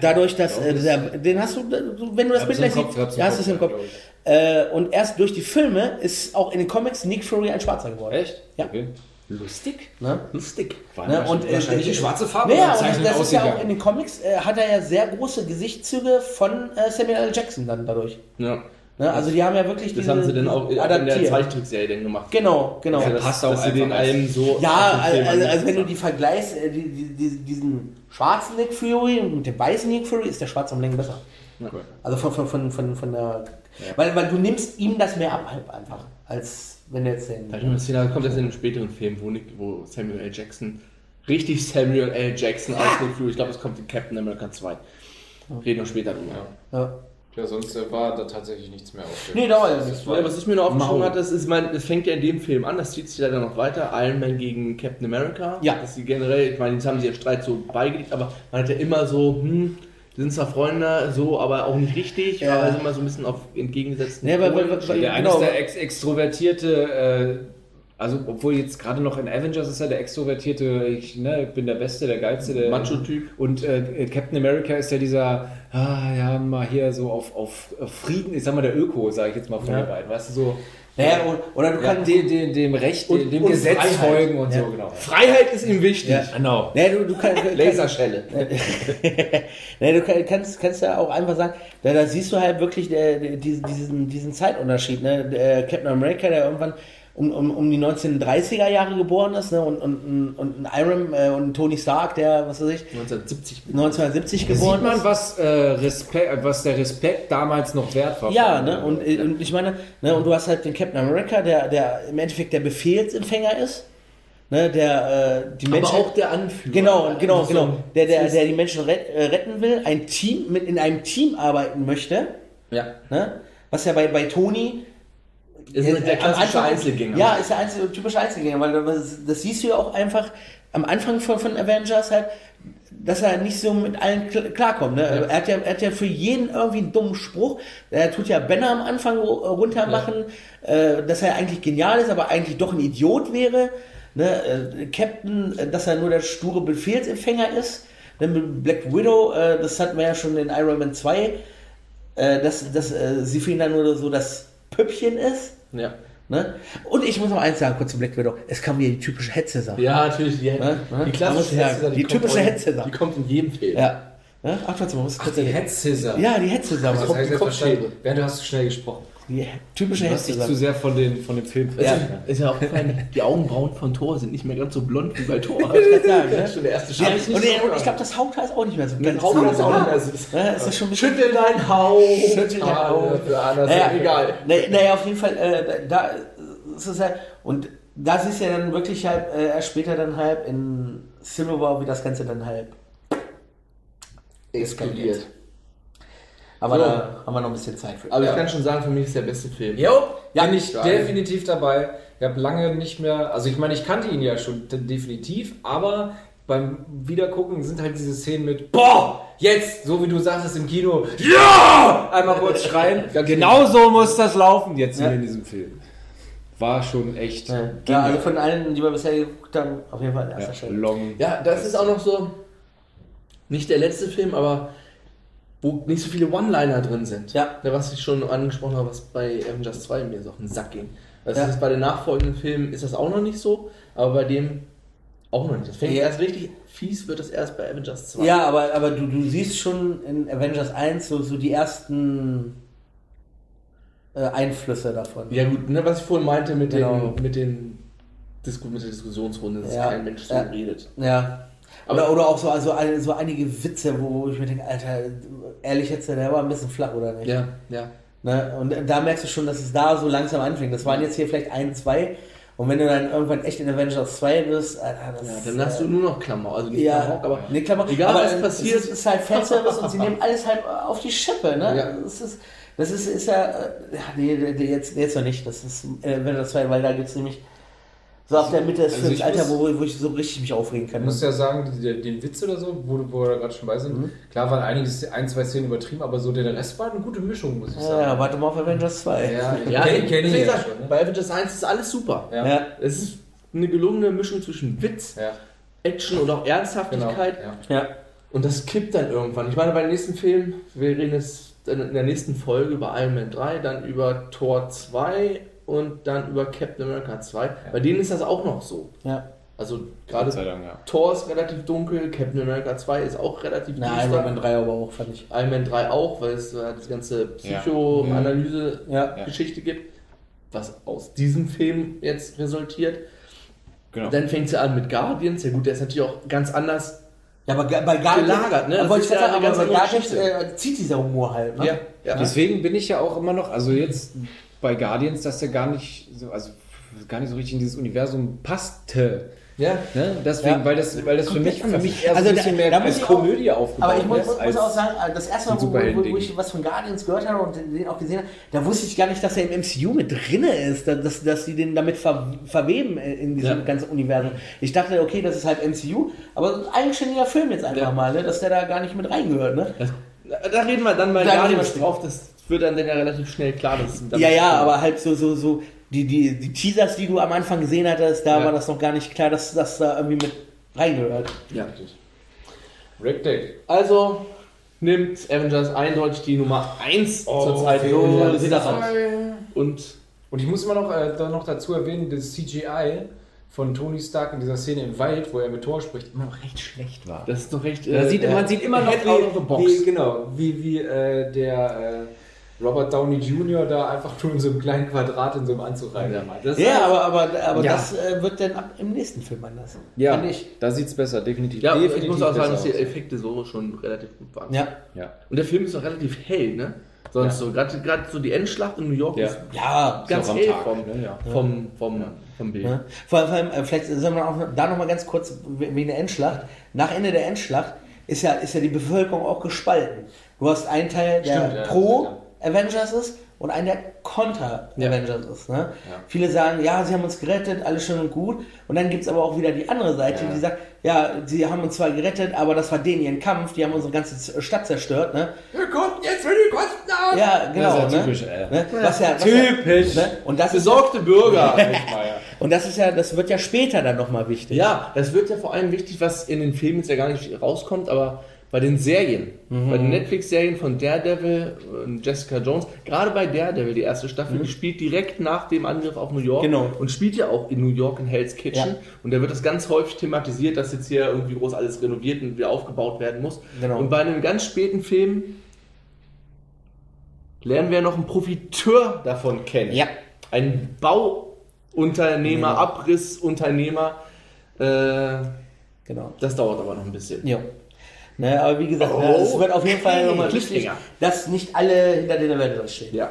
Speaker 2: dadurch, dass äh, der, den hast du, du- wenn du das
Speaker 9: Hab's
Speaker 2: Bild
Speaker 9: im
Speaker 2: gleich
Speaker 9: Kopf,
Speaker 2: siehst,
Speaker 9: hab's im
Speaker 2: ja, hast du es im
Speaker 9: Kopf,
Speaker 2: Kopf. Äh, und erst durch die Filme ist auch in den Comics Nick Fury ein Schwarzer geworden.
Speaker 9: Echt?
Speaker 2: Ja.
Speaker 9: Okay. Lustig.
Speaker 2: Ne? Lustig.
Speaker 9: War
Speaker 2: Ne?
Speaker 9: wahrscheinlich-
Speaker 2: äh,
Speaker 9: wahrscheinlich
Speaker 2: äh,
Speaker 9: die schwarze Farbe
Speaker 2: Naja,
Speaker 9: beim
Speaker 2: und
Speaker 9: Zeichnen
Speaker 2: das ist ja auch
Speaker 9: ausgegangen.
Speaker 2: in den Comics, äh, hat er ja sehr große Gesichtszüge von äh, Samuel L. Jackson dann dadurch.
Speaker 7: Ja.
Speaker 2: Ne? Also die haben ja wirklich
Speaker 7: Das haben sie dann auch in der
Speaker 2: adaptiert.
Speaker 7: Zeichentrickserie dann gemacht.
Speaker 2: Genau, genau.
Speaker 7: Also,
Speaker 9: Ja,
Speaker 7: das,
Speaker 9: passt auch
Speaker 7: dass sie den
Speaker 9: einfach als-
Speaker 7: allem so.
Speaker 2: Ja,
Speaker 7: als den Film
Speaker 2: also,
Speaker 7: ansetzen.
Speaker 2: also wenn du die vergleichst, äh, die, die, die, diesen schwarzen Nick Fury mit dem weißen Nick Fury, ist der schwarze am Längen besser. Also von, von, von, von, von der. Weil, weil du nimmst ihm das mehr ab halt einfach, als wenn du jetzt den.
Speaker 7: Da hab ich noch eine Szene, das kommt erst in einem späteren Film, wo, Nick, wo Samuel L. Jackson, richtig Samuel L. Jackson
Speaker 9: Ah!
Speaker 7: aus Nick Fury, ich glaube, es kommt in Captain America 2. Reden wir später drüber.
Speaker 9: Ja.
Speaker 2: Ja.
Speaker 9: Ja, sonst äh, war da tatsächlich nichts mehr auf.
Speaker 2: Nee, also da war ja nichts.
Speaker 7: Ja, was ich mir noch aufgeschrieben
Speaker 2: Maul.
Speaker 7: habe, das ist mein, das fängt ja in dem Film an, das zieht sich leider noch weiter. Iron Man gegen Captain America.
Speaker 2: Ja.
Speaker 7: Das ist generell, ich meine, jetzt haben sie ihren Streit so beigelegt, aber man hat ja immer so, hm, die sind zwar Freunde, so, aber auch nicht richtig.
Speaker 2: Ja.
Speaker 7: Ja. Also immer so ein bisschen auf entgegengesetzten.
Speaker 2: Nee, weil, weil,
Speaker 7: Polen.
Speaker 2: weil, weil,
Speaker 9: Der eine
Speaker 2: genau,
Speaker 9: ist der ex extrovertierte, äh, also obwohl jetzt gerade noch in Avengers ist er der extrovertierte, ich, ne, ich bin der Beste, der Geilste, der
Speaker 7: Macho-Typ.
Speaker 9: Und äh, Captain America ist ja dieser, ah, ja, mal hier so auf, auf, auf Frieden, ich sag mal der Öko, sage ich jetzt mal von
Speaker 2: Ja.
Speaker 9: den beiden, weißt du, so
Speaker 2: naja, oder, oder du
Speaker 9: ja,
Speaker 2: kannst.
Speaker 9: dem, dem, dem Recht,
Speaker 2: Und-
Speaker 9: dem
Speaker 2: und
Speaker 9: Gesetz
Speaker 2: Freiheit.
Speaker 9: folgen und
Speaker 2: Ja.
Speaker 9: so, genau.
Speaker 7: Freiheit ist ihm wichtig.
Speaker 2: Ja.
Speaker 9: Genau.
Speaker 2: Naja, du, du kannst.
Speaker 7: Laserschelle.
Speaker 2: Nee, du kann- kannst, kannst ja auch einfach sagen, da, da siehst du halt wirklich äh, diesen, diesen, diesen Zeitunterschied. Ne? Der Captain America, der irgendwann um, um, um die 1930er Jahre geboren ist, ne? und, und, und ein Iron äh, und ein Tony Stark, der, was weiß ich,
Speaker 7: 1970.
Speaker 2: 1970
Speaker 9: Sieht
Speaker 2: geboren
Speaker 9: man,
Speaker 2: ist.
Speaker 9: was, äh, Respekt, äh, was der Respekt damals noch wert war.
Speaker 2: Ja, ne? Und, äh, und ich meine, ne? und du hast halt den Captain America, der, der im Endeffekt der Befehlsempfänger ist, ne? der äh, die
Speaker 7: Aber
Speaker 2: Menschen.
Speaker 7: auch der Anführer.
Speaker 2: Genau, genau,
Speaker 7: Also,
Speaker 2: genau. Der, der, der die Menschen ret- äh, retten will, ein Team, mit in einem Team arbeiten möchte.
Speaker 7: Ja.
Speaker 2: Ne? Was ja bei, bei Toni.
Speaker 7: Ist
Speaker 2: äh,
Speaker 7: der
Speaker 2: am
Speaker 7: klassische
Speaker 2: Anfang-
Speaker 7: Einzelgänger.
Speaker 2: Ja, ist der einzel typische Einzelgänger, weil das, das siehst du ja auch einfach am Anfang von, von Avengers halt, dass er nicht so mit allen kl- klarkommt. Ne? Er, hat ja, er hat ja für jeden irgendwie einen dummen Spruch. Er tut ja Banner am Anfang ru- runter machen, äh, dass er eigentlich genial ist, aber eigentlich doch ein Idiot wäre. Ne? Äh, Captain, äh, dass er nur der sture Befehlsempfänger ist. Dann mit Black Widow, äh, das hatten wir ja schon in Iron Man 2, äh, dass, dass äh, sie für ihn dann nur so das Püppchen ist.
Speaker 7: Ja.
Speaker 2: Ne? Und ich muss noch eins sagen, kurz zum Black Widow. Es kam wieder die typische Hetze-Sache.
Speaker 7: Ja, natürlich. Die, die klassische
Speaker 2: Ja,
Speaker 7: Hetze,
Speaker 2: die
Speaker 7: kommt
Speaker 2: typische
Speaker 7: in-
Speaker 2: Hetze.
Speaker 7: Die kommt in jedem Film.
Speaker 2: Ja. Ne? Ach, warte mal, muss kurz
Speaker 9: Die Hetzhisser.
Speaker 2: Ja, die Hetze-Sache.
Speaker 7: Also,
Speaker 9: das heißt, jetzt verstanden. Bernd, du hast zu schnell gesprochen.
Speaker 2: Die typische
Speaker 9: Du hast dich
Speaker 2: Hetze-Sache.
Speaker 9: zu sehr von, den, von dem Film
Speaker 2: Ja.
Speaker 9: verstanden.
Speaker 7: Ist ja aufgefallen, die Augenbrauen von Thor sind nicht mehr ganz so blond wie bei Thor.
Speaker 2: ich sagen, ne?
Speaker 7: Das ist schon der erste
Speaker 2: Ja,
Speaker 7: Schritt.
Speaker 2: und der- und ich glaube, das Haupthaar ist auch nicht mehr so ganz
Speaker 7: Haupthaar
Speaker 2: cool.
Speaker 7: ist auch nicht mehr
Speaker 2: Ne? Ist das schon ein bisschen
Speaker 7: Schüttel dein Haupt.
Speaker 2: Schüttel dein Haupt.
Speaker 7: Für Anders,
Speaker 2: Naja,
Speaker 7: egal.
Speaker 2: na- Naja, auf jeden Fall, äh, da da ist es halt, und das ist ja dann wirklich halt, äh, erst später dann halb in Civil War, wie das Ganze dann halb explodiert. Aber
Speaker 7: So.
Speaker 2: da haben wir noch ein bisschen Zeit für.
Speaker 7: Aber ich kann schon sagen, für mich ist der beste Film.
Speaker 9: Jo,
Speaker 2: Ja,
Speaker 9: bin ich
Speaker 7: geil.
Speaker 9: definitiv dabei. Ich habe lange nicht mehr, also ich meine, ich kannte ihn ja schon de- definitiv, aber beim Wiedergucken sind halt diese Szenen mit Boah, jetzt, so wie du sagtest im Kino, ja, einmal kurz schreien. genau so muss das laufen jetzt hier in diesem Film. War schon echt
Speaker 2: Ja, ja, also von allen, die wir bisher geguckt haben, auf jeden Fall an erster
Speaker 9: ja,
Speaker 2: Stelle.
Speaker 9: long.
Speaker 7: Ja, das ist auch noch so, nicht der letzte Film, aber wo nicht so viele One-Liner drin sind.
Speaker 2: Ja.
Speaker 7: Ne, Was ich schon angesprochen habe, was bei Avengers 2 mir so auf den Sack ging. Das
Speaker 2: Ja.
Speaker 7: ist bei den nachfolgenden Filmen ist das auch noch nicht so, aber bei dem auch noch nicht. Das fängt
Speaker 2: Ja.
Speaker 7: erst richtig fies, wird das erst bei Avengers 2.
Speaker 2: Ja, aber, aber du, du siehst schon in Avengers 1 so, so die ersten äh, Einflüsse davon.
Speaker 7: Ja gut, ne, was ich vorhin meinte mit
Speaker 2: Genau.
Speaker 7: den, mit den Disku mit der Diskussionsrunde, dass
Speaker 2: Ja.
Speaker 7: kein Mensch so
Speaker 2: Ja.
Speaker 7: redet.
Speaker 2: Ja. Oder, oder auch so, also ein- so einige Witze, wo, wo ich mir denke, Alter, ehrlich jetzt, der war ein bisschen flach, oder nicht?
Speaker 7: Ja, ja.
Speaker 2: Ne? Und da merkst du schon, dass es da so langsam anfängt. Das waren jetzt hier vielleicht ein, zwei. Und wenn du dann irgendwann echt in Avengers 2 bist, Alter, das
Speaker 7: ja dann hast du nur noch Klammer, also nicht
Speaker 2: ja,
Speaker 7: Klamauk, aber
Speaker 2: nee, Klammer,
Speaker 7: egal
Speaker 2: aber
Speaker 7: was
Speaker 2: es
Speaker 7: passiert.
Speaker 2: ist, ist halt Fanservice und sie nehmen alles halt auf die Schippe, ne?
Speaker 7: Ja.
Speaker 2: Das ist, das ist, ist ja, äh, ja, nee, nee, nee, jetzt, nee, jetzt noch nicht, das ist äh, Avengers 2, weil da gibt es nämlich so ab der Mitte des
Speaker 9: Also
Speaker 2: Films,
Speaker 9: ich
Speaker 2: Alter,
Speaker 9: muss-
Speaker 2: wo, wo ich so richtig mich aufregen kann.
Speaker 9: Ich muss ja sagen, die- die- den Witz oder so, wo, wo wir gerade schon bei sind, klar waren einiges, ein, zwei Szenen übertrieben, aber so der Rest war eine gute Mischung, muss ich
Speaker 2: ja,
Speaker 9: sagen.
Speaker 2: ja, warte mal auf Avengers 2.
Speaker 7: Ja,
Speaker 9: kenn- kenn
Speaker 7: wie
Speaker 9: ich ja
Speaker 7: gesagt,
Speaker 9: schon. Ne?
Speaker 7: bei Avengers 1 ist alles super.
Speaker 9: Ja.
Speaker 2: Ja.
Speaker 7: Es ist eine gelungene Mischung zwischen Witz,
Speaker 9: Ja,
Speaker 7: Action und auch
Speaker 9: genau.
Speaker 7: Ernsthaftigkeit.
Speaker 9: Ja.
Speaker 2: Ja.
Speaker 7: Und das kippt dann irgendwann. Ich meine, bei dem nächsten Film, wir reden jetzt dann in der nächsten Folge über Iron Man 3, dann über Thor 2 und dann über Captain America 2. Bei denen ist das auch noch so.
Speaker 2: Ja.
Speaker 7: Also
Speaker 9: Gott sei
Speaker 7: gerade
Speaker 9: Dank, ja.
Speaker 7: Thor ist relativ dunkel, Captain America 2 ist auch relativ
Speaker 2: Nein, Iron Man 3 aber auch, fand ich.
Speaker 7: Iron Man 3 auch, weil es äh, das ganze Psychoanalyse
Speaker 2: Mhm. Ja.
Speaker 9: Ja.
Speaker 7: Geschichte gibt, was aus diesem Film jetzt resultiert.
Speaker 9: Genau.
Speaker 7: Dann fängt sie an mit Guardians. Ja gut, der ist natürlich auch ganz anders.
Speaker 2: Ja, aber ga- bei Guardians,
Speaker 7: Gelagert, ne? Das
Speaker 2: Aber, ich
Speaker 7: ist ja
Speaker 2: sagen,
Speaker 7: eine
Speaker 2: aber
Speaker 7: ganz
Speaker 2: bei
Speaker 7: andere
Speaker 2: Guardians
Speaker 7: Geschichte.
Speaker 2: äh, zieht dieser Humor halt. Ne?
Speaker 7: ja.
Speaker 9: Deswegen bin ich ja auch immer noch, also jetzt bei Guardians, dass der gar nicht so, also gar nicht so richtig in dieses Universum passte.
Speaker 2: Ja.
Speaker 9: Ne? Deswegen,
Speaker 2: Ja.
Speaker 9: weil das, weil das für mich, für mich eher so
Speaker 2: Also
Speaker 9: ein
Speaker 2: da-
Speaker 9: bisschen mehr
Speaker 2: da muss
Speaker 9: als
Speaker 2: ich auch-
Speaker 9: Komödie aufgebaut
Speaker 2: Aber ich muss,
Speaker 9: ist
Speaker 2: muss,
Speaker 9: als-
Speaker 2: muss auch sagen, also das erste Mal,
Speaker 9: ein
Speaker 2: wo, wo, wo
Speaker 9: Superhelden-Ding.
Speaker 2: ich was von Guardians gehört habe und den den auch gesehen habe, da wusste ich gar nicht, dass er im MCU mit drinne ist, da- dass, dass die den damit ver, verweben äh, in diesem
Speaker 9: Ja.
Speaker 2: ganzen Universum. Ich dachte, okay, das ist halt MCU, aber ein eigenständiger Film jetzt einfach mal, ne? dass der da gar nicht mit reingehört. Ne?
Speaker 7: Da reden wir dann bei
Speaker 2: Da reden wir
Speaker 7: Guardians drauf. Das wird dann, dann ja relativ schnell klar. Dass es
Speaker 2: Ja, ja, aber halt so, so, so, die, die, die Teasers, die du am Anfang gesehen hattest, da
Speaker 7: Ja.
Speaker 2: war das noch gar nicht klar, dass das da irgendwie mit reingehört.
Speaker 7: Ja.
Speaker 9: Rick Deck.
Speaker 7: Also nimmt Avengers eindeutig die Nummer 1
Speaker 2: Oh,
Speaker 7: zurzeit.
Speaker 2: so
Speaker 7: Ja,
Speaker 2: sieht das aus.
Speaker 7: Und
Speaker 9: Und ich muss immer noch, äh, dann noch dazu erwähnen, das CGI von Tony Stark in dieser Szene im Wald, wo er mit Thor spricht, immer noch recht schlecht war.
Speaker 7: das ist doch recht.
Speaker 9: Da
Speaker 7: äh,
Speaker 9: sieht,
Speaker 7: äh,
Speaker 9: man sieht immer noch
Speaker 7: Happy out of the box.
Speaker 9: Wie, genau, wie, wie äh, der äh, Robert Downey Jr. da einfach nur in so einem kleinen Quadrat in so einem Anzug rein. Das ist-
Speaker 2: Ja, aber, aber, aber
Speaker 9: Ja.
Speaker 2: das äh, wird dann ab im nächsten Film anders.
Speaker 9: ja
Speaker 2: Fand ich.
Speaker 9: da sieht es besser, definitiv.
Speaker 7: Ja,
Speaker 9: definitiv
Speaker 7: ich muss auch sagen, dass die
Speaker 9: besser
Speaker 7: Effekte so schon relativ gut waren.
Speaker 2: Ja.
Speaker 9: aus. ja.
Speaker 7: Und der Film ist noch relativ hell, ne? Sonst
Speaker 9: Ja.
Speaker 7: so, gerade gerade so die Endschlacht in New York
Speaker 9: Ja.
Speaker 7: ist
Speaker 2: Ja,
Speaker 7: ganz
Speaker 9: Ist noch am
Speaker 7: hell
Speaker 9: Tag,
Speaker 7: vom,
Speaker 9: ne? Ja.
Speaker 7: vom, vom, vom Bild.
Speaker 2: Ne? Vor allem, vor allem äh, vielleicht sollen wir auch da nochmal ganz kurz we- wegen der Endschlacht. Nach Ende der Endschlacht ist ja, ist ja die Bevölkerung auch gespalten. Du hast einen Teil, der
Speaker 9: Stimmt, ja,
Speaker 2: pro
Speaker 9: ja.
Speaker 2: Avengers ist und einen, der konter Avengers ist. Ne? Viele sagen, ja, sie haben uns gerettet, alles schön und gut. Und dann gibt es aber auch wieder die andere Seite, die sagt, ja, sie haben uns zwar gerettet, aber das war denen ihren Kampf, die haben unsere ganze Z- Stadt zerstört. Ne?
Speaker 3: Wir kommt jetzt für die Kosten aus!
Speaker 2: Ja, genau.
Speaker 9: Das ist ja
Speaker 2: ne?
Speaker 9: typisch, ey.
Speaker 2: Ne? Was ja, was
Speaker 7: Typisch.
Speaker 2: Ja, ne? Und das ist
Speaker 7: Besorgte Bürger.
Speaker 2: Und das ist ja, das wird ja später dann nochmal wichtig.
Speaker 7: ja, das wird ja vor allem wichtig, was in den Filmen jetzt ja gar nicht rauskommt, aber bei den Serien,
Speaker 2: Mhm.
Speaker 7: bei den Netflix-Serien von Daredevil und Jessica Jones, gerade bei Daredevil, die erste Staffel, die spielt direkt nach dem Angriff auf New York
Speaker 2: Mhm. Genau.
Speaker 7: und spielt ja auch in New York in Hell's Kitchen.
Speaker 2: Ja.
Speaker 7: Und da wird das ganz häufig thematisiert, dass jetzt hier irgendwie groß alles renoviert und wieder aufgebaut werden muss.
Speaker 2: Genau.
Speaker 7: Und bei einem ganz späten Film lernen wir noch einen Profiteur davon kennen.
Speaker 2: Ja.
Speaker 7: Ein Bauunternehmer, Abrissunternehmer. Äh,
Speaker 2: Genau.
Speaker 7: das dauert aber noch ein bisschen.
Speaker 2: Ja. Ne, aber wie gesagt, ne, es wird auf jeden
Speaker 9: Oh.
Speaker 2: Fall nochmal wichtig,
Speaker 7: Cliffhanger.
Speaker 2: dass nicht alle hinter den Avengers stehen.
Speaker 7: Ja.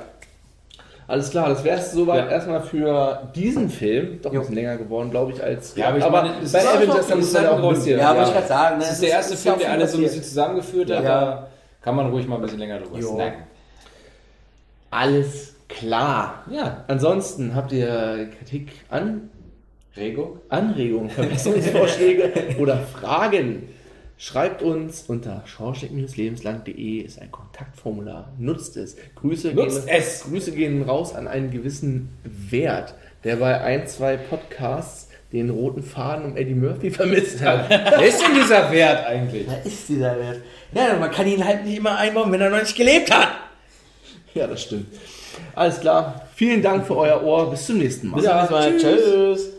Speaker 7: Alles klar, das wäre es soweit
Speaker 9: Ja.
Speaker 7: erstmal für diesen Film. Doch ein bisschen länger geworden, glaube ich, als.
Speaker 9: Ja, aber ich
Speaker 7: aber
Speaker 9: meine, es
Speaker 7: bei
Speaker 9: ist-
Speaker 7: Avengers, da
Speaker 9: es
Speaker 7: muss
Speaker 9: ist
Speaker 7: man
Speaker 9: halt
Speaker 7: auch ein
Speaker 9: ein
Speaker 7: bisschen.
Speaker 2: Ja,
Speaker 9: Grund. Ja.
Speaker 2: wollte ich gerade sagen. Ne,
Speaker 9: Das
Speaker 2: es
Speaker 9: ist der erste
Speaker 2: es
Speaker 9: Film,
Speaker 2: ja
Speaker 9: der
Speaker 2: auch
Speaker 9: alle so ein
Speaker 2: viel
Speaker 9: bisschen zusammengeführt hat.
Speaker 2: Ja.
Speaker 9: Da kann man ruhig mal ein bisschen länger drüber
Speaker 2: Jo.
Speaker 9: snacken.
Speaker 7: Alles klar.
Speaker 9: Ja,
Speaker 7: Ansonsten habt ihr Kritik an,
Speaker 9: Rego.
Speaker 7: Anregungen, Verbesserungsvorschläge oder Fragen? Schreibt uns unter schorschleck-lebenslang.de ist ein Kontaktformular. Nutzt es. Grüße,
Speaker 9: Nutzt
Speaker 7: gehen,
Speaker 9: es.
Speaker 7: Grüße gehen raus an einen gewissen Wert, der bei ein, zwei Podcasts den roten Faden um Eddie Murphy vermisst hat.
Speaker 9: Wer ist denn dieser Wert eigentlich?
Speaker 2: Da ist dieser Wert. Ja, man kann ihn halt nicht immer einbauen, wenn er noch nicht gelebt hat.
Speaker 7: ja, das stimmt. Alles klar. Vielen Dank für euer Ohr. Bis zum nächsten Mal.
Speaker 2: Bis zum nächsten Mal. Tschüss.